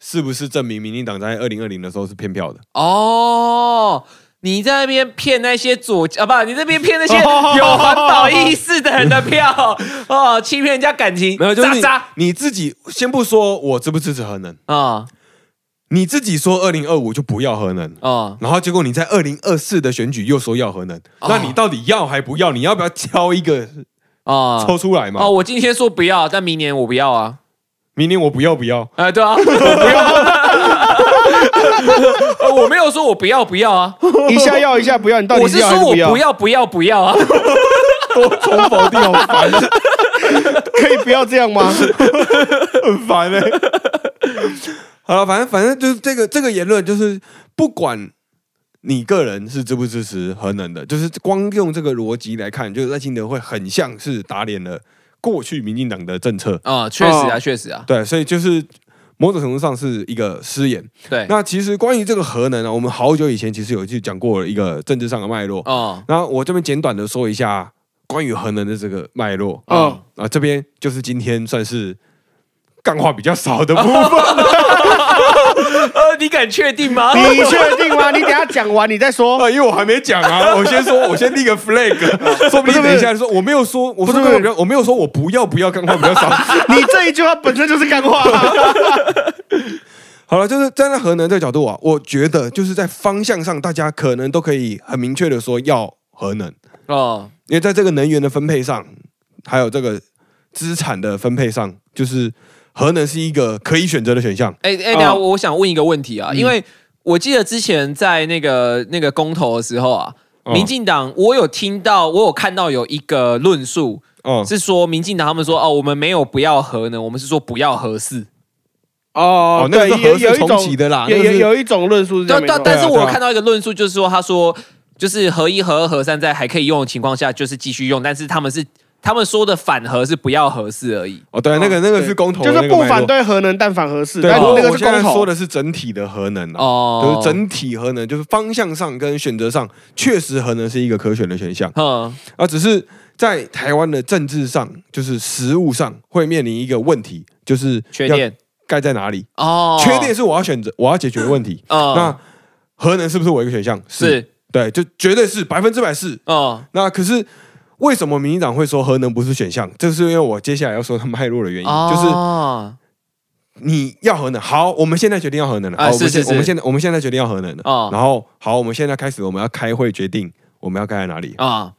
S1: 是不是证明民进党在二零二零的时候是骗票的？
S2: 哦，你在那边骗那些左啊，不，你这边骗那些
S3: 哦
S2: 有环保意识的人的票哦，欺骗人家感情，
S1: 没有，就是
S2: 渣
S1: 你
S2: 渣
S1: 你自己先不说我支不支持核能，
S2: 啊
S1: 你自己说二零二五就不要核能。
S2: 哦
S1: 然后结果你在二零二四的选举又说要核能，
S2: 哦
S1: 那你到底要还不要？你要不要挑一个
S2: 哦
S1: 抽出来嘛？
S2: 哦，我今天说不要，但明年我不要啊，
S1: 明年我不要不要，
S2: 啊，对啊，我不要，呃我没有说我不要不要啊，
S3: 一下要一下不要，你到底
S2: 我是
S3: 要还
S2: 说我
S3: 不要
S2: 不？要不要不要啊，
S1: 多重否定好烦，
S3: 可以不要这样
S2: [laughs]
S3: 吗？
S1: 很烦哎、 [laughs] 好了，反正反正就是这个这个言论，就是不管你个人是支不支持核能的，就是光用这个逻辑来看，就是赖清德会很像是打脸了过去民进党的政策。
S2: 啊，确实啊，确实啊，
S1: 对，所以就是某种程度上是一个失言。
S2: 对，
S1: 那其实关于这个核能呢，啊我们好久以前其实有去讲过一个政治上的脉络。
S2: 哦，
S1: 那我这边简短的说一下关于核能的这个脉络。
S3: 嗯，
S1: 啊，这边就是今天算是干话比较少的部分。
S2: 呃，你敢确定 [laughs] 吗？
S3: [laughs] 你确定吗？你等一下讲完你再
S1: [laughs]
S3: 说。
S1: 啊，因为我还没讲啊，我先说，我先立个 flag，说不定等一下就说我没有说，我说
S3: 不是
S1: 干话比较，我没有说我不要不要干话比较少。
S3: 你这一句话本身就是干话、
S1: 好了，就是站在核能这个角度啊，我觉得就是在方向上，大家可能都可以很明确的说要核能，
S2: 哦，
S1: 因为在这个能源的分配上，还有这个资产的分配上，就是核能是一个可以选择的选项。
S2: 哎哎，等一下
S1: 嗯
S3: 哦
S2: 我我想问一个问题啊，因为我记得之前在那个那个公投的时候啊，
S1: 哦
S2: 民进党我有听到，我有看到有一个论述
S1: 哦，
S2: 是说，民进党他们说哦，我们没有不要核能，我们是说不要核四。
S3: 哦
S1: 哦那个是
S3: 对，有
S1: 合
S3: 有
S1: 是
S3: 一
S1: 重
S3: 种
S1: 启的啦
S3: 有
S1: 那个
S3: 有
S1: 是
S3: 有一种论述是这
S2: 对
S3: 样没
S2: 但
S3: 错。
S2: 但是我
S1: 对啊
S2: 看到一个论述，就是说他说，就是核一、核二、核三在还可以用的情况下，就是继续用，但是他们是他们说的反核是不要核四而已。
S1: 哦，对，那个那个是公投的
S3: 就
S1: 那个
S3: 是
S1: 脉络，
S3: 不反对核能，但反核适，
S1: 对，
S3: 但
S1: 不
S3: 那
S1: 过
S3: 个
S1: 我
S3: 是
S1: 现在说
S3: 公投。
S1: 的是整体的核能啊，就
S2: 哦
S1: 是，整体核能，就是方向上跟选择上，确实核能是一个可选的选项
S2: 嗯
S1: 啊，只是在台湾的政治上，就是实务上会面临一个问题，就是
S2: 缺电
S1: 盖在哪里？
S2: 哦，
S1: 缺电是我要选择我要解决的问题，
S2: 嗯
S1: 那核能是不是我一个选项？
S2: 是
S1: 对，就绝对是百分之百是。
S2: 哦
S1: 那可是为什么民进党会说核能不是选项？这是因为我接下来要说它脉络的原因，就是
S2: 哦
S1: 你要核能，好，我们现在决定要核能了。
S2: 啊
S1: 好，我
S2: 是
S1: 们现
S2: 是是
S1: 我们现在我们现在决定要核能了。
S2: 哦
S1: 然后好，我们现在开始，我们要开会决定我们要盖在哪里。
S2: 哦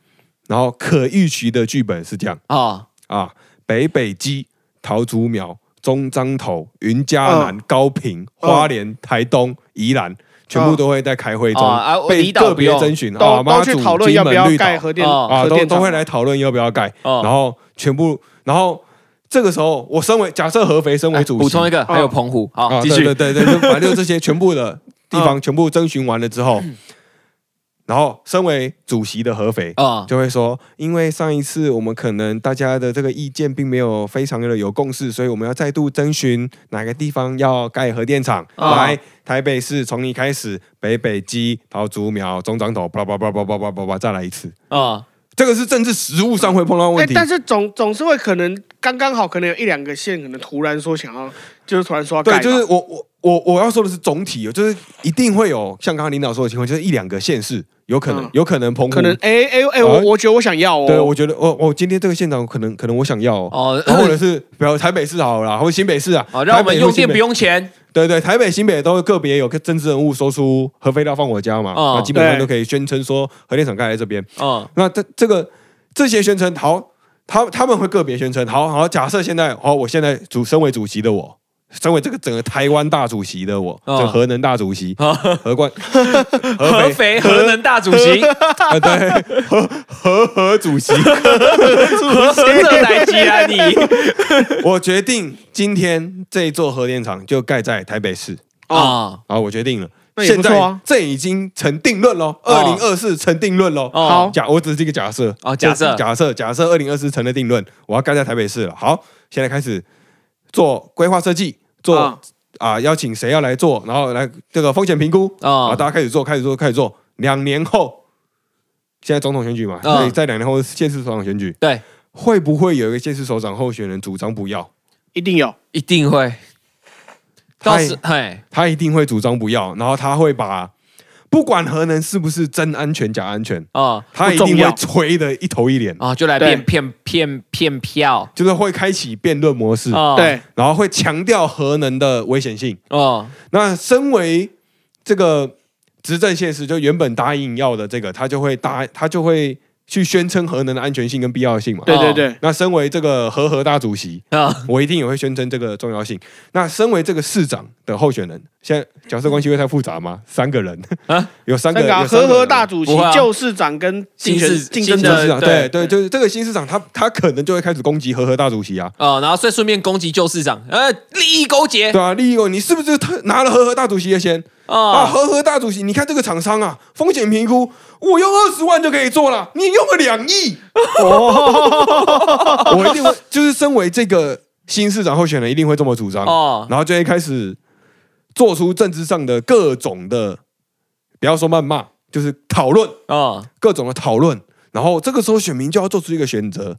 S1: 然后可预期的剧本是这样
S2: 哦
S1: 啊：北北基、桃竹苗、中彰投、云嘉南、
S2: 嗯
S1: 高平、花莲、台东、宜兰，全部都会在开会中、
S2: 哦啊我
S1: 被
S2: 离岛
S1: 个别
S2: 不用
S1: 征询啊，
S3: 都
S1: 妈
S3: 都去
S1: 祖、
S3: 讨论
S1: 金
S3: 要不
S1: 门、
S3: 要
S1: 绿
S3: 盖
S1: 岛
S3: 核电
S2: 哦
S1: 啊，
S3: 核
S1: 都
S3: 电厂
S1: 都会来讨论要不要盖。
S2: 哦
S1: 然后全部，然后这个时候，我身为假设合肥
S3: 哎
S1: 身为主席，
S2: 哎
S1: 哦啊
S2: 补充一个，还有澎湖，好，继续
S1: 对对对对，就反正就这些全部的地
S3: 嗯
S1: 方全部征询完了之后，然后身为主席的合肥。
S2: 啊
S3: 哦
S1: 就会说，因为上一次我们可能大家的这个意见并没有非常的有共识，所以我们要再度征询哪个地方要盖核电厂。
S3: 哦
S2: 啊
S1: 来，台北市从你开始，北北基、桃竹苗、中彰头，叭叭叭叭叭叭叭叭，再来一次。
S2: 啊
S1: 这个是政治实务上会碰到的
S3: 哎
S1: 问题。
S3: 但是总总是会可能刚刚好，可能有一两个县可能突然说想要，就是突然说要
S1: 对，
S3: 盖嘛，
S1: 就是我我我我要说的是总体哦，就是一定会有像刚刚领导说的情况，就是一两个县市有可能、
S3: 嗯
S1: 有可能澎湖，
S3: 可能哎哎哎，我我觉得我想要哦，
S1: 啊对我觉得哦哦，今天这个县长可能可能我想要、哦。
S2: 哦
S1: 然后或者是 [laughs] 比如台北市好了啦，或者新北市啊，
S2: 哦，让我
S1: 台
S2: 们
S1: 北
S2: 用
S1: 或新
S2: 电
S1: 北
S2: 不用钱
S1: 对对，台北、新北都个别有个政治人物说出核废料放我家嘛，
S2: 哦
S1: 那基本上
S3: 对
S1: 都可以宣称说核电厂盖在这边。 [laughs]
S2: 哦
S1: 那这这个这些宣称好，他他们会个别宣称好好。假设现在好，我现在主身为主席的我，身为这个整个台湾大主席的我，
S2: 嗯
S1: 这核能大主席，
S2: 哦
S1: 核关 [laughs] 核
S2: [laughs] 合
S1: 肥
S2: 肥核能大主
S1: [laughs]
S2: 席，
S1: 啊，对， [laughs] 核核核主席，
S2: 这来吉
S1: [laughs]
S2: 啊你
S1: 我决定今天这座核电厂就盖在台北市。
S3: 哦，
S2: 啊
S1: 啊，我决定了，
S3: 那也
S1: 现
S3: 不错
S1: 在
S3: 啊
S1: 这已经成定论喽，二
S2: 哦
S1: 零二四成定论喽。
S2: 哦
S3: 好
S1: 假，我只是一个假设
S2: 哦假设
S1: 这假设，假设二零二四成了定论，我要盖在台北市了。好，现在开始做规划设计，做
S3: 啊
S1: 啊，邀请谁要来做，然后来这个风险评估啊，
S2: 啊
S1: 大家开始做，开始做，开始做。两年后，现在总统选举嘛，
S2: 嗯
S1: 所以在两年后县市首长选举，
S2: 对，
S1: 会不会有一个县市首长候选人主张不要？
S3: 一定有，
S2: 一定会。
S1: 他
S2: 到时嘿，
S1: 他一定会主张不要，然后他会把不管核能是不是真安全假安全，
S2: 哦
S1: 他一定会吹的一头一脸，
S2: 哦，就来
S3: 对
S2: 骗骗骗骗票
S1: 就是会开启辩论模式，
S2: 哦，
S3: 对，
S1: 然后会强调核能的危险性。
S2: 哦
S1: 那身为这个执政现实，就原本答应要的这个，他就会答，他就会去宣称核能的安全性跟必要性嘛。
S3: 对
S2: 哦
S3: 对对，
S1: 那身为这个核核大主席，
S3: [laughs]
S2: 啊
S1: 我一定也会宣称这个重要性。那身为这个市长的候选人，现在角色关系会太复杂吗？ [laughs] 三个人
S2: 啊
S1: [laughs] 有三个
S3: 那个啊
S1: 有三
S3: 和
S1: 个
S3: 和
S1: 人
S3: 大主席
S2: 不会啊、
S3: 旧市长跟竞选
S2: 新市
S3: 竞争
S2: 新的
S1: 新市
S3: 者，
S1: 长，对
S2: 对
S1: 对，就是这个新市长，他他可能就会开始攻击和和大主
S2: [laughs]
S1: 席啊，
S2: 哦，然后再顺便攻击旧市长，呃，利益勾结
S1: 对啊，利益哦，你是不是特拿了和和大主席的钱？啊，
S2: 啊，
S1: 和和大主席，你看这个厂商啊，风险评估，我用二十万就可以做了，你用了两
S3: [laughs]
S1: 亿，
S3: 哦
S1: [laughs] 我一定会，就是身为这个新市长候选人，一定会这么主张。
S2: 哦
S1: 然后就会开始做出政治上的各种的，不要说谩骂，就是讨论
S2: 哦，
S1: 各种的讨论。然后这个时候选民就要做出一个选择，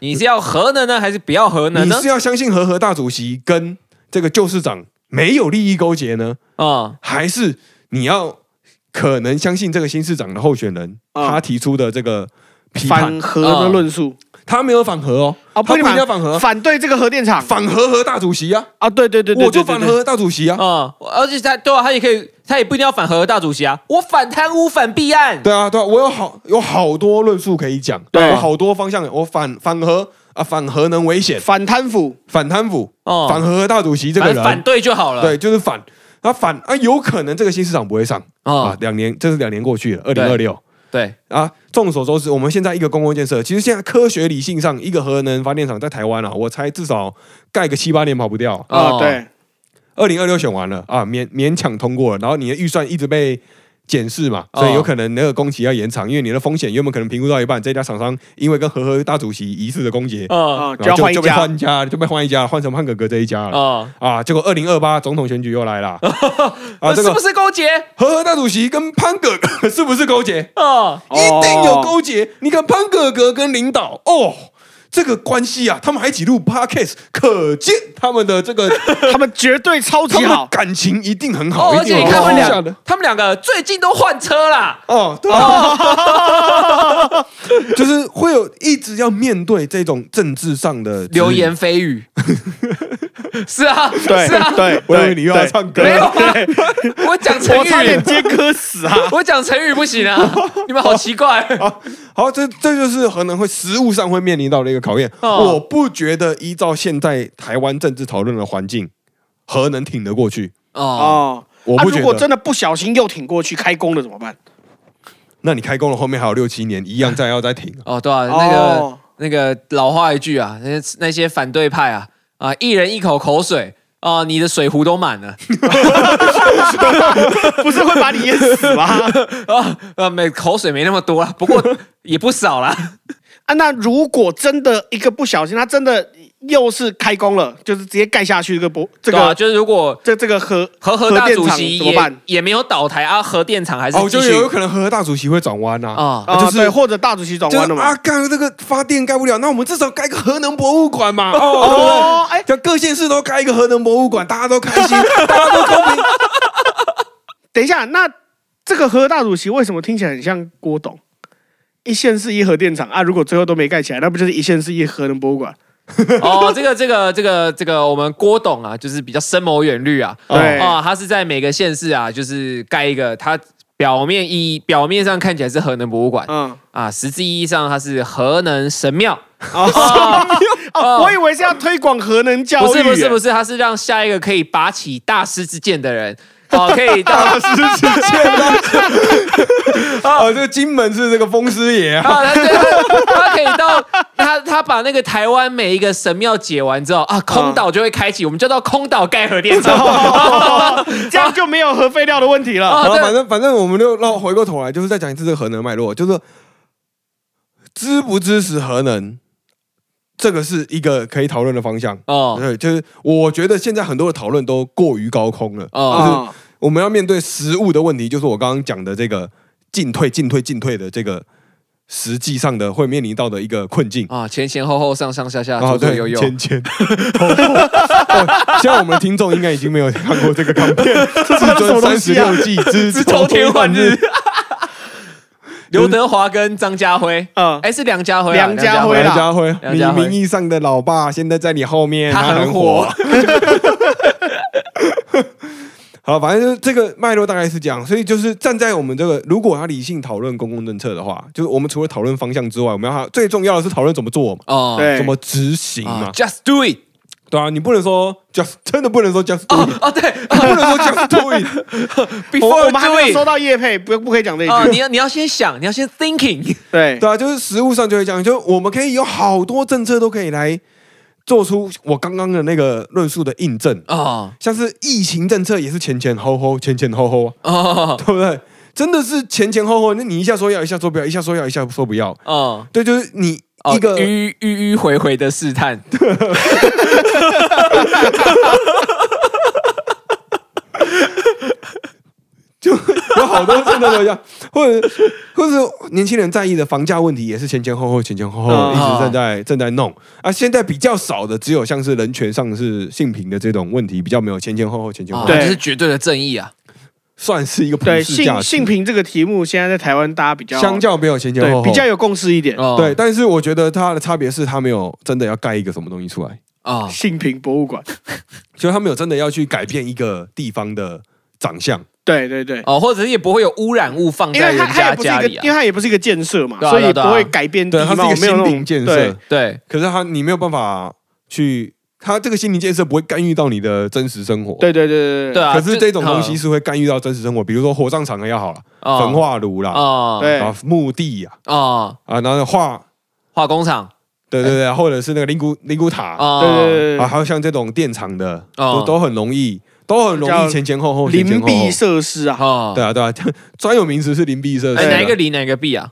S2: 你是要核能呢，还是不要核能
S1: 你
S2: 呢？
S1: 是要相信和和大主席跟这个旧市长没有利益勾结呢，
S2: 啊
S1: 还是你要可能相信这个新市长的候选人、
S3: 嗯
S1: 他提出的这个批判
S3: 反？核的论述
S1: 他没有反核哦，他
S3: 啊，
S1: 不
S3: 不
S1: 一
S3: 是
S1: 定要
S3: 反
S1: 反核，
S3: 反对这个核电厂
S1: 反核和大主席啊，
S3: 啊，对对对对，
S1: 我就
S3: 对
S1: 反。
S3: 对对
S1: 核大主席啊，
S2: 啊，而且他对啊，他也可以，他也不一定要反核大主席啊，我反贪污，反弊案。
S1: 对啊，对啊，我有好有好多论述可以讲，
S3: 对
S1: 有好多方向，我反反核啊，反核能危险，
S3: 反贪腐，
S1: 反贪腐，
S2: 哦
S1: 反核和大主席这个
S2: 反反
S1: 人，
S2: 对就好了。
S1: 对，就是反，他反啊，有可能这个新市长不会上
S2: 哦
S1: 啊，两年，这是两年过去了，二零二六。
S2: 对，
S1: 啊，众所周知，我们现在一个公共建设，其实现在科学理性上，一个核能发电厂在台湾啊，我猜至少盖个七八年跑不掉。
S2: 哦
S3: 啊，对，
S1: 二零二六选完了啊，勉勉强通过了，然后你的预算一直被检视嘛，所以
S2: 哦
S1: 有可能那个工期要延长，因为你的风险原本可能评估到一半，这家厂商因为跟和和大主席疑似的攻击，
S2: 嗯
S3: 啊，就
S1: 哦然
S3: 要
S1: 后
S3: 换一
S1: 就就被
S3: 家哦
S1: 换一家，就被换一家，换成胖哥哥这一家了。
S2: 嗯，
S1: 啊！结果二零二八总统选举又来
S3: [laughs]
S1: 了啊！这
S2: 是
S1: 个
S2: 不是勾结？
S1: 和和大主席跟潘哥哥 [laughs] 是不是勾结？
S2: 嗯，
S3: 哦
S1: 一定有勾结。你看潘哥哥跟领导哦，这个关系啊，他们还一起录 podcast，可见他们的这个
S3: 他们绝对超
S1: 他
S3: 级
S1: 们的
S3: 好，
S1: 感情一定很好，
S2: 哦，而
S1: 一定
S2: 且
S1: 有
S2: 你看他们
S1: 好下
S2: 两
S1: 的，
S2: 他们两个最近都换车啦。
S1: 哦，对啊，
S3: 啊
S1: [laughs] 就是会有一直要面对这种政治上
S2: [laughs]
S1: 的
S2: 流言。蜚
S1: [laughs]
S2: 语，是啊，
S3: 对
S2: 是啊，
S3: 对，
S1: 我以
S3: 对
S1: 为你又要
S3: 对
S1: 唱歌
S2: 没有
S1: 了，
S2: 啊，我讲成
S3: 我差点
S2: 语，
S3: 接歌死啊！
S2: 我讲成语不行啊，你们好奇
S1: [laughs]
S2: 怪
S1: [laughs] 哦好，这这就是可能会实物上会面临到的一个考验。
S2: 哦
S1: 我不觉得依照现在台湾政治讨论的环境，核能挺得过去。
S2: 哦。
S3: 哦，
S1: 我
S3: 啊
S1: 不觉得
S3: 如果真的不小心又挺过去开工了怎么办？ [laughs]
S1: 那你开工了，后面还有六七年，一
S2: [laughs]
S1: 样再要再挺啊。
S2: 哦，对啊，那个、
S3: 哦
S2: 那个老话一句啊，那些那些反对派啊啊，一人一口口水啊，你的水壶都满了
S3: 不是会把你淹死吗？ [laughs]
S2: 啊啊，没口水没那么多了，啊不过也不少啦。
S3: 啊，那如果真的一个不小心，他真的又是开工了，就是直接盖下去这个博这
S2: 对啊，
S3: 个
S2: 就是如果
S3: 这这个核
S2: 和和大
S3: 电
S2: 主
S3: 厂
S2: 席
S3: 怎么
S2: 也
S3: 办？
S2: 也没有倒台啊，核电厂还是
S1: 哦，
S2: 继
S1: 就
S2: 续 [laughs]
S1: 有可能和大主席会转弯呐、啊。
S2: 啊
S1: 啊
S3: 啊，
S1: 就是
S3: 对，或者大主席转
S1: 就
S3: 弯
S1: 是
S3: 了
S1: 啊，
S3: 嘛？
S1: 干这个发电盖不了，那我们至少盖个核能博物馆 [laughs] 嘛。哦，
S3: 哦，哎
S1: 对不对，就各县市都盖一个核能博物馆，大家都 [laughs] 开心，大家都公平。
S3: 等一下，那这个核大主席为什么听起来很像郭董？一线是一核电厂啊，如果最后都没盖起来，那不就是一线是一核能博物馆？
S2: 哦，这个这个这个这个，我们郭董啊，就是比较深谋远虑啊，
S1: 哦
S3: 对
S2: 啊、他是在每个县市啊，就是盖一个，它表面意义表面上看起来是核能博物馆
S3: 嗯，
S2: 啊，实质意义上它是核能神庙，
S3: [laughs] 哦，哦我以为是要推广核能教育，
S2: 不是不是不
S3: 是，
S2: 是，它是让下一个可以拔起大师之剑的人。哦，可以到
S1: 大师之剑啊！ [laughs] 哦，这个金门是这个风师
S2: [laughs]
S1: 爷啊。
S2: 啊，他对他可以到他他把那个台湾每一个神庙解完之后啊，空岛就会开启，我们就到空岛盖核电
S3: [laughs] 哦
S2: 厂。
S3: 这样就没有核废料的问题了。
S2: 啊
S1: 然后
S2: 对
S1: 反正反正我们就绕回过头来，就是再讲一次这个核能脉络，就是支不支持核能，这个是一个可以讨论的方向。
S2: 哦
S1: 对，就是我觉得现在很多的讨论都过于高空了。
S2: 哦
S3: 啊，
S1: 我们要面对实物的问题，就是我刚刚讲的这个进退、进退、进退的这个实际上的会面临到的一个困境。
S2: 啊，前前后后上上下下
S1: 啊，
S3: 哦
S2: 左左
S1: 对，
S2: 右右，
S1: 芊芊， [laughs] 哦现在我们的听众应该已经没有看过这个港片
S2: [laughs]
S1: 《至尊三十六计之。
S2: 啊是偷天换日。刘德华跟张家辉，
S3: 嗯
S2: 哎，是梁家辉啊，
S3: 梁家辉
S1: 梁
S3: 啦
S1: 家辉，
S2: 梁
S1: 你
S2: 家辉
S1: 名义上的老爸现在在你后面，
S2: 他很火。
S1: [laughs] 好，反正就是这个脉络大概是这样，所以就是站在我们这个，如果要理性讨论公共政策的话，就是我们除了讨论方向之外，我们要最重要的是讨论怎么做嘛，
S2: 哦，
S3: 对
S1: 怎么执行嘛
S2: 啊，，Just do it，
S1: 对啊，你不能说 just 真的不能说 just do
S2: 哦
S1: it，
S2: 哦对
S1: 不能说 just do it，
S3: 我
S2: [laughs] ，Before
S3: 我们还没有
S2: do
S3: 收
S2: it，
S3: 到叶配，不不可以讲这一
S2: 啊，
S3: 句。
S2: 你要你要先想，你要先 thinking， [laughs]
S3: 对
S1: 对啊，就是实物上就会讲，就我们可以有好多政策都可以来做出我刚刚的那个论述的印证，
S2: 哦
S1: 像是疫情政策也是前前后后，前前后后啊，
S2: 哦
S1: 对不对？真的是前前后后，那你一下说要，一下说不要，一下说要，一下说不要，
S2: 哦，
S1: 对，就是你
S2: 哦
S1: 一个、
S2: 迂迂迂回回的试探，
S1: [laughs] 有好多真的都一样，或者或者是年轻人在意的房价问题也是前前后后前前后后
S3: 嗯
S1: 一直正在正在弄啊。现在比较少的只有像是人权上是性平的这种问题比较没有前前后后前前后后，
S2: 哦
S3: 对
S2: 这是绝对的正义啊！
S1: 算是一个普
S3: 对
S1: 世价
S3: 性
S1: 值。
S3: 性平这个题目，现在在台湾大家比较
S1: 相较没有前前后
S3: 对
S1: 后
S3: 比较有共识一点。
S2: 哦
S1: 对，但是我觉得它的差别是它没有真的要盖一个什么东西出来，
S2: 哦
S3: 性平博物馆，
S1: 就是它没有真的要去改变一个地方的长相。
S3: 对对对，
S2: [laughs] 哦，或者是也不会有污染物放
S3: 因
S2: 在
S3: 为它
S2: 人
S3: 它
S2: 家
S3: 也不是
S2: 家
S3: 一个
S2: 里，
S3: 因为
S2: 啊。
S3: 它也不是一个建设嘛，
S2: 对啊
S3: 所以
S2: 对
S3: 不
S2: 啊
S3: 会改变
S1: 对，
S3: 地
S1: 它是
S3: 貌，
S1: 一个
S3: 没有
S1: 心
S3: 那
S1: 灵
S3: 种
S1: 建
S3: 对
S1: 设，
S2: 对
S1: 可是它你没有办法去，它这个心灵建设不会干预到你的真实生活。
S3: 对对对对
S2: 对啊
S1: 可是
S2: 就
S1: 这种东西
S2: 嗯
S1: 是会干预到真实生活，比如说火葬场也好了，
S2: 哦
S1: 焚化炉啦，
S2: 哦
S3: 对
S1: 啊墓地呀，
S2: 哦，
S1: 啊，然后画，
S2: 化工厂
S1: 对对对，或者是那个灵骨灵骨塔啊，
S2: 哦，
S3: 对对对对
S1: 还有像这种电厂的，
S2: 哦
S1: 都都很容易，都很容
S3: 叫
S1: 易前前后后，
S3: 对，
S1: 前前
S3: 灵
S1: 后后
S3: 璧设施啊，
S2: 哦，
S1: 对啊对啊， [laughs] 专有名词是灵璧设
S2: 哎，
S1: 施，
S3: 对
S2: 哪一个离哪一个避啊？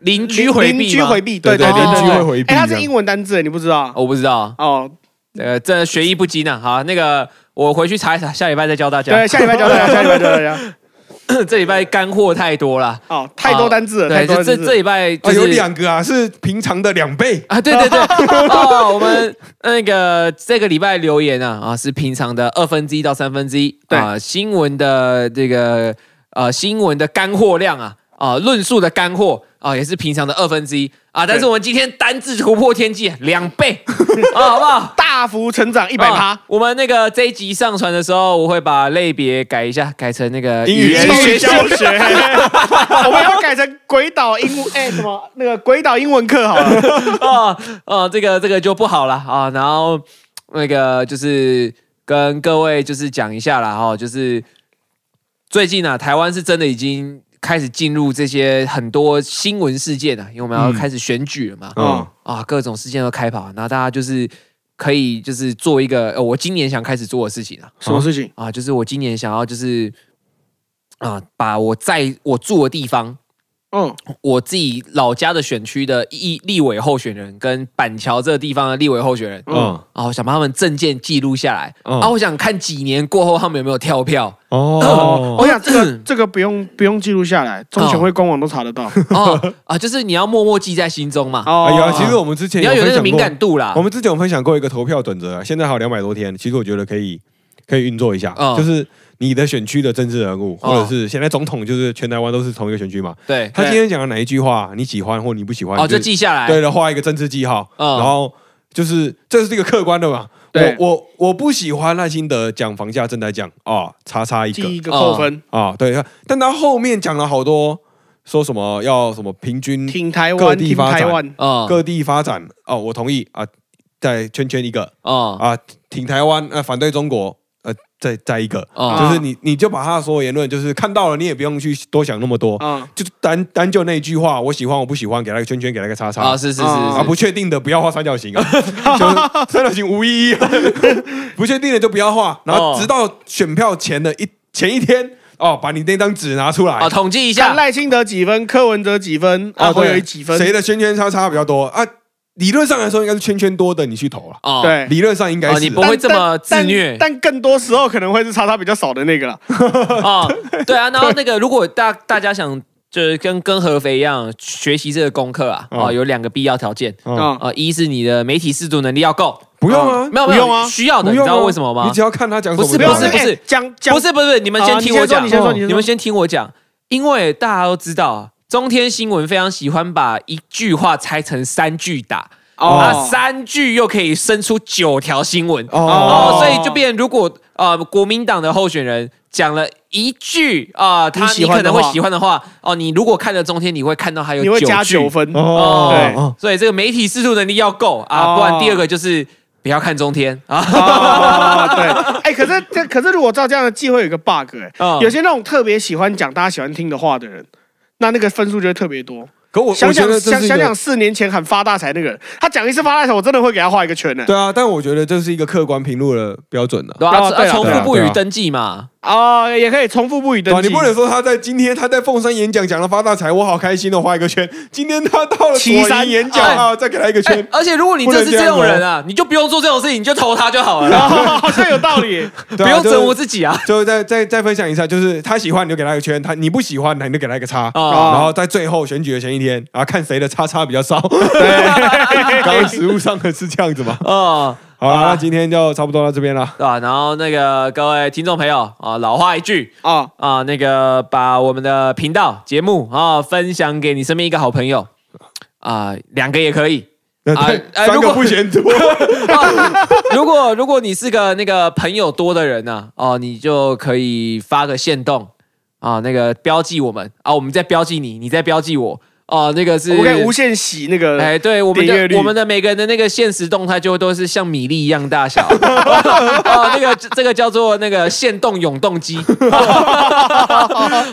S2: 邻居回避吗
S3: 邻居回避，对
S1: 对
S3: 对
S2: 对
S3: 对
S2: 邻居
S1: 会回避
S3: 哎，它
S1: 这
S3: 是
S1: 样
S3: 英文单字，你不知道啊
S2: 哦我不知道，
S3: 哦？
S2: 呃，这学艺不精呢。好，那个我回去查一查，下礼拜再教大家
S3: 对，。下礼拜教
S2: [laughs]
S3: 大家，下礼拜教大家。
S2: [coughs] 这礼拜干货太多了，
S3: 哦，太多单字了，太
S2: 对，这
S3: 多单
S2: 这
S3: 字
S2: 这
S3: 了。
S2: 礼拜
S1: 啊
S2: 就
S1: 有
S2: 是
S1: 两个啊，是平常的两倍，
S2: [laughs] 啊，对对对，哦，我们那个这个礼拜留言啊啊是平常的二分之一到三分之一
S3: 对
S2: 啊，新闻的这个呃新闻的干货量啊啊论述的干货啊也是平常的二分之一啊，但是
S3: 对
S2: 我们今天单字突破天际两
S3: [laughs]
S2: 倍啊，好不好？
S3: 大幅成长一百
S2: 啊
S3: 趴，
S2: 我们那个这一集上传的时候，我会把类别改一下，改成那个
S1: 英语
S2: 言
S1: 教
S2: 学
S3: 教学，
S2: [laughs]
S3: 我们要改成鬼岛英文，哎，什么那个鬼岛英文课好了。
S2: [laughs] 啊啊，这个这个就不好了啊。然后那个就是跟各位就是讲一下啦，哈、就是最近啊，台湾是真的已经开始进入这些很多新闻事件啊，因为我们要
S1: 嗯
S2: 开始选举了嘛，
S1: 嗯
S3: 哦，
S2: 啊，各种事件都开跑，然后大家就是可以就是做一个、呃我今年想开始做的事情啊，
S3: 什么事情？
S2: 啊，就是我今年想要就是啊，把我在我住的地方
S3: 嗯，
S2: 我自己老家的选区的立立委候选人跟板桥这个地方的立委候选人
S1: 嗯
S2: 啊，我想把他们证件记录下来
S1: 嗯
S2: 啊，我想看几年过后他们有没有
S1: [laughs]
S2: 跳票
S1: 哦
S3: 我想这
S2: 嗯
S3: 个这个不用不用记录下来，中选会官网都
S2: [laughs]
S3: 查得到。
S2: 哦啊，就是你要默默记在心中嘛，
S1: 啊
S3: 哦
S1: 有啊，其实我们之前
S2: 你要有
S1: 分
S2: 那个
S1: 享
S2: 敏
S1: 过
S2: 感度啊啦
S1: 我。们之前有分享过一个投票准则啊，现在还有两百多天，其实我觉得可以可以运作一下，
S2: 嗯
S1: 就是你的选区的政治人物，
S2: 嗯
S1: 或者是现在总统，就是全台湾都是同一个选区嘛，
S2: 对，
S1: 他今天讲的哪一句话你喜欢或你不喜欢，
S2: 哦，就
S1: 就是
S2: 记下来。
S1: 对了，画一个政治记号，
S2: 嗯
S1: 然后就是这是一个客观的嘛。
S3: 对
S1: 我我我不喜欢赖清德讲房价正在讲啊，叉叉一个
S3: 记一个扣
S2: 哦
S3: 分，
S1: 啊，对，但他后面讲了好多，说什么要什么平均
S3: 挺台
S1: 各
S3: 湾，
S1: 地
S3: 挺
S1: 发展
S3: 台湾。
S2: 嗯
S1: 各地发展哦，我同意啊，再圈圈一个
S2: 嗯
S1: 啊，挺台湾呃，反对中国呃，再再一个，
S2: 嗯
S3: 啊
S1: 就是你你就把他的所有言论，就是看到了，你也不用去多想那么多，
S3: 啊，
S1: 就单单就那一句话，我喜欢我不喜欢，给他一个圈圈，给他一个叉叉
S2: 啊，是是是
S3: 啊
S1: 啊，
S2: 是
S1: 不确定的不要画三角形啊，就是三角形无意义、啊，不确定的就不要画，然后
S2: 哦
S1: 直到选票前的一前一天哦，把你那张纸拿出来
S2: 啊，。统计一
S3: 看
S2: 下。哦
S3: 赖清德几分，柯文哲几分，
S1: 啊
S3: 阿
S1: 对
S3: 辉有几分？
S1: 谁的圈圈叉叉比较多啊？理论上来说，应该是圈圈多的，你去投了。
S2: 哦，
S3: 对，
S1: 理论上应该
S2: 哦
S1: 是
S2: 你
S1: 啊
S2: 不会这么自虐
S3: 但但更多时候可能会是叉叉比较少的那个了。
S2: 啊，
S1: [laughs]
S2: 对啊，然后那个如果大大家想就是跟跟合肥一样学习这个功课啊，啊，
S1: 嗯
S2: 有两个必要条件
S1: 嗯
S3: 啊，
S2: 啊，一是你的媒体识读能力要够，
S1: 不用啊，
S2: 没有
S3: 不
S2: 没有
S3: 用啊
S2: 需要的，
S1: 不
S2: 你知
S1: 用啊
S2: 道为什么吗
S1: 你只？要看他讲什么
S2: 不是
S1: 就好了，
S2: 不是
S3: 哎讲讲
S2: 不是不是，你们
S3: 啊
S2: 先
S3: 你
S2: 听
S3: 先
S2: 我
S3: 说
S2: 讲，
S3: 你先说
S2: 哦
S3: 你先说
S2: 们先听我讲，因为大家都知道啊，中天新闻非常喜欢把一句话拆成三句打，啊，
S3: 哦，
S2: 三句又可以生出九条新闻，
S1: 哦
S2: 哦，所以就变如果呃国民党的候选人讲了一句啊、呃他
S3: 你
S2: 你
S3: 喜欢
S2: 可
S3: 的
S2: 能
S3: 话
S2: 会喜欢的话，哦，你如果看了中天，你会看到还有
S3: 你会加
S2: 九
S3: 九
S2: 句
S3: 分
S2: 哦
S3: 对
S1: 哦
S2: 所以这个媒体识读能力要够啊，
S3: 哦
S2: 不然第二个就是不要看中天啊，
S3: 哦，对，哎，可是这可是如果照这样的计会有一个 bug，哎，
S2: [laughs] 嗯
S3: 有些那种特别喜欢讲大家喜欢听的话的人，那那个分数就会特别多。
S1: 可我
S3: 想
S1: 我觉
S3: 想
S1: 得这
S3: 想
S1: 是一
S3: 想想
S1: 个
S3: 四年前喊发大财那个人，他讲一次发大财，我真的会给他画一个圈的
S1: 对啊，但我觉得这是一个客观评论的标准了。
S2: 对啊，
S3: 哦对
S2: 啊
S3: 啊
S2: 重
S1: 对
S2: 复
S1: 啊
S2: 不
S1: 对
S2: 予
S1: 啊
S2: 登记嘛。
S3: 啊，也可以重复不语
S1: 对吧？
S3: 登
S1: 你
S3: 记。
S1: 不能说他在今天他在凤山演讲讲了发大财，我好开心的画一个 [laughs] 圈。今天他到了左
S3: 岐山
S1: 营演讲
S2: 哎
S1: 啊，再给他一个
S2: 哎
S1: 圈。
S2: 而且如果你
S1: 不
S2: 真
S1: 能
S2: 是
S1: 这
S2: 这
S1: 样
S2: 种
S1: 哦
S2: 人啊，你就不用做这种事情，你就投他就好了，
S3: 哦， [laughs] 好像有道理。
S1: 对
S2: 哎不
S1: 啊
S2: 用
S1: 就是
S2: 整我自己啊。
S1: 就再再再分享一下，就是他喜欢你就给他一个圈，他你不喜欢你就给他一个叉，
S2: 啊
S1: 然后在最后选举的前一天，然后看谁的叉叉比较少。
S2: [laughs]
S3: 对，
S1: [laughs] 刚刚实物上的是这样子吗？
S2: 嗯，
S1: 好
S2: 好
S1: 啦，
S2: 啦
S1: 那今天就差不多到这边了。
S2: 对啊吧？然后那个各位听众朋友啊，老话一句，
S3: 哦，
S2: 啊，那个把我们的频道节目啊分享给你身边一个好朋友啊，两个也可以。
S1: 那
S2: 啊
S1: [laughs] 对
S2: 哎
S1: 三
S2: 如
S1: 个
S2: 果
S1: 不嫌多，
S2: 啊如果如果你是个那个朋友多的人呢、哦、你就可以发个线动啊，那个标记我们啊，我们再标记你，你再标记我哦、那个是
S3: 我们可以无限洗那个。
S2: 哎，对，我们
S3: 点阅
S2: 的
S3: 率
S2: 我们的每个人的那个现实动态就都是像米粒一样大小，哦，那个这个叫做那个限动永动机，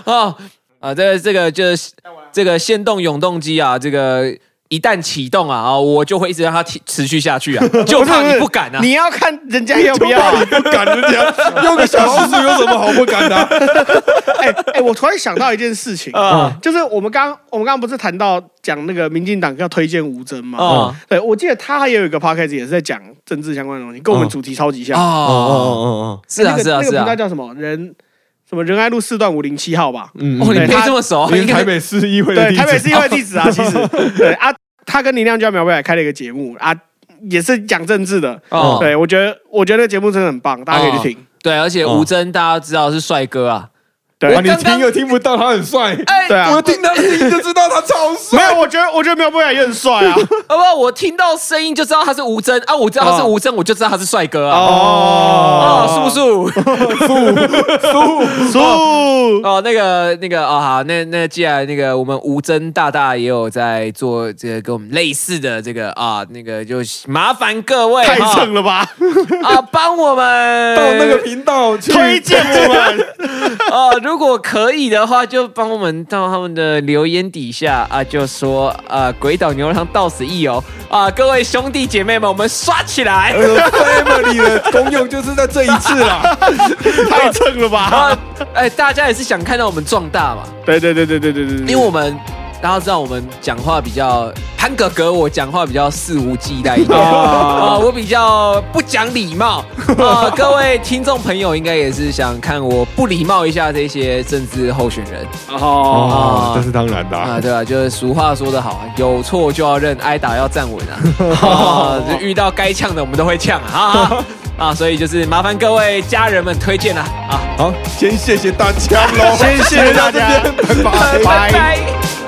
S2: 哦，啊，这个这个就是这个限动永动机啊，这个一旦启动啊，啊，我就会一直让它持持续下去啊，就怕你不敢啊，
S3: 你要看人家要不要啊。
S1: 不敢人家用个小时数有什么好不敢的啊？
S3: [laughs] 哎哎，我突然想到一件事 [laughs] 情，
S2: 啊
S3: 就是我们刚我们刚刚不是谈到讲那个民进党要推荐吴征吗？
S2: 啊
S3: 对，我记得他也有一个 podcast 也是在讲政治相关的东西，跟我们主题超级像。
S1: 哦哦
S2: 啊，
S1: 哦哦，
S2: 是啊是啊
S3: 哎那个那
S2: 是
S3: 个
S2: 啊
S3: 频道，叫什么？人什么仁爱路四段五零七号吧？
S1: 嗯
S2: 哦，你
S3: 对
S2: 没
S3: 他
S2: 这么熟，
S1: 因为
S2: 应该
S1: 台北市议会的
S3: 对，
S1: 地址
S3: 台北市议会地址啊，其实对啊，他跟林亮娇苗北海开了一个节目啊，也是讲政治的。
S2: 哦
S3: 对，我觉得我觉得那个节目真的很棒，大家可以去听。
S2: 对，而且吴征大家知道是帅哥啊，
S3: 对
S1: 啊，，你
S2: 刚刚
S1: 听又听不到，他很帅。
S2: 哎
S3: 对啊
S1: 我听他听就知道他超帅
S3: 没。有，我觉得我觉得苗北海也很帅啊。
S2: 哦不，我听到声音就知道他是吴征啊，我知道他是吴征，我就知道他是帅哥啊。
S3: 哦
S2: 哦，是不是？
S3: 是？ [laughs] 叔，
S2: [laughs] 哦，那个那个哦，好，那那既然那个我们吴征大大也有在做这个跟我们类似的这个啊，那个就麻烦各位
S3: 太
S2: 哎哈
S3: 蹭了
S2: [laughs]
S3: 吧！
S2: 啊，帮我
S1: [laughs]
S2: 们
S3: [laughs]
S1: 到那个频道去 [laughs]
S3: 推荐我们，
S2: 哦，如果可以的话，就帮我们到他们的留言底下啊，就说啊，鬼岛牛肉汤到此一游啊，各位兄弟姐妹们，我们刷起
S3: [laughs]
S2: 来！
S1: 呃 Family 的功用就是在这一次啦。
S3: [laughs] 太蹭了
S2: [laughs]
S3: 吧！
S2: 啊，哎，大家也是想看到我们壮大嘛，
S3: 对对对对对对对，
S2: 因为我们大家知道我们讲话比较潘哥哥，我讲话比较肆无忌惮一点啊、
S3: 啊
S2: 我比较不讲礼貌啊、各位听众朋友应该也是想看我不礼貌一下这些政治候选人
S3: 哦，
S1: 哦，这是当然的
S2: 啊、
S1: 啊。
S2: 对吧、就是俗话说得好，啊有错就要认，挨打要站稳啊。啊就遇到该呛的我们都会呛啊啊啊啊！所以就是麻烦各位家人们推荐啦啊，
S1: 好，先谢谢大家喽， [laughs]
S3: 先谢谢大家
S1: 先到这边拜拜。
S2: 啊拜拜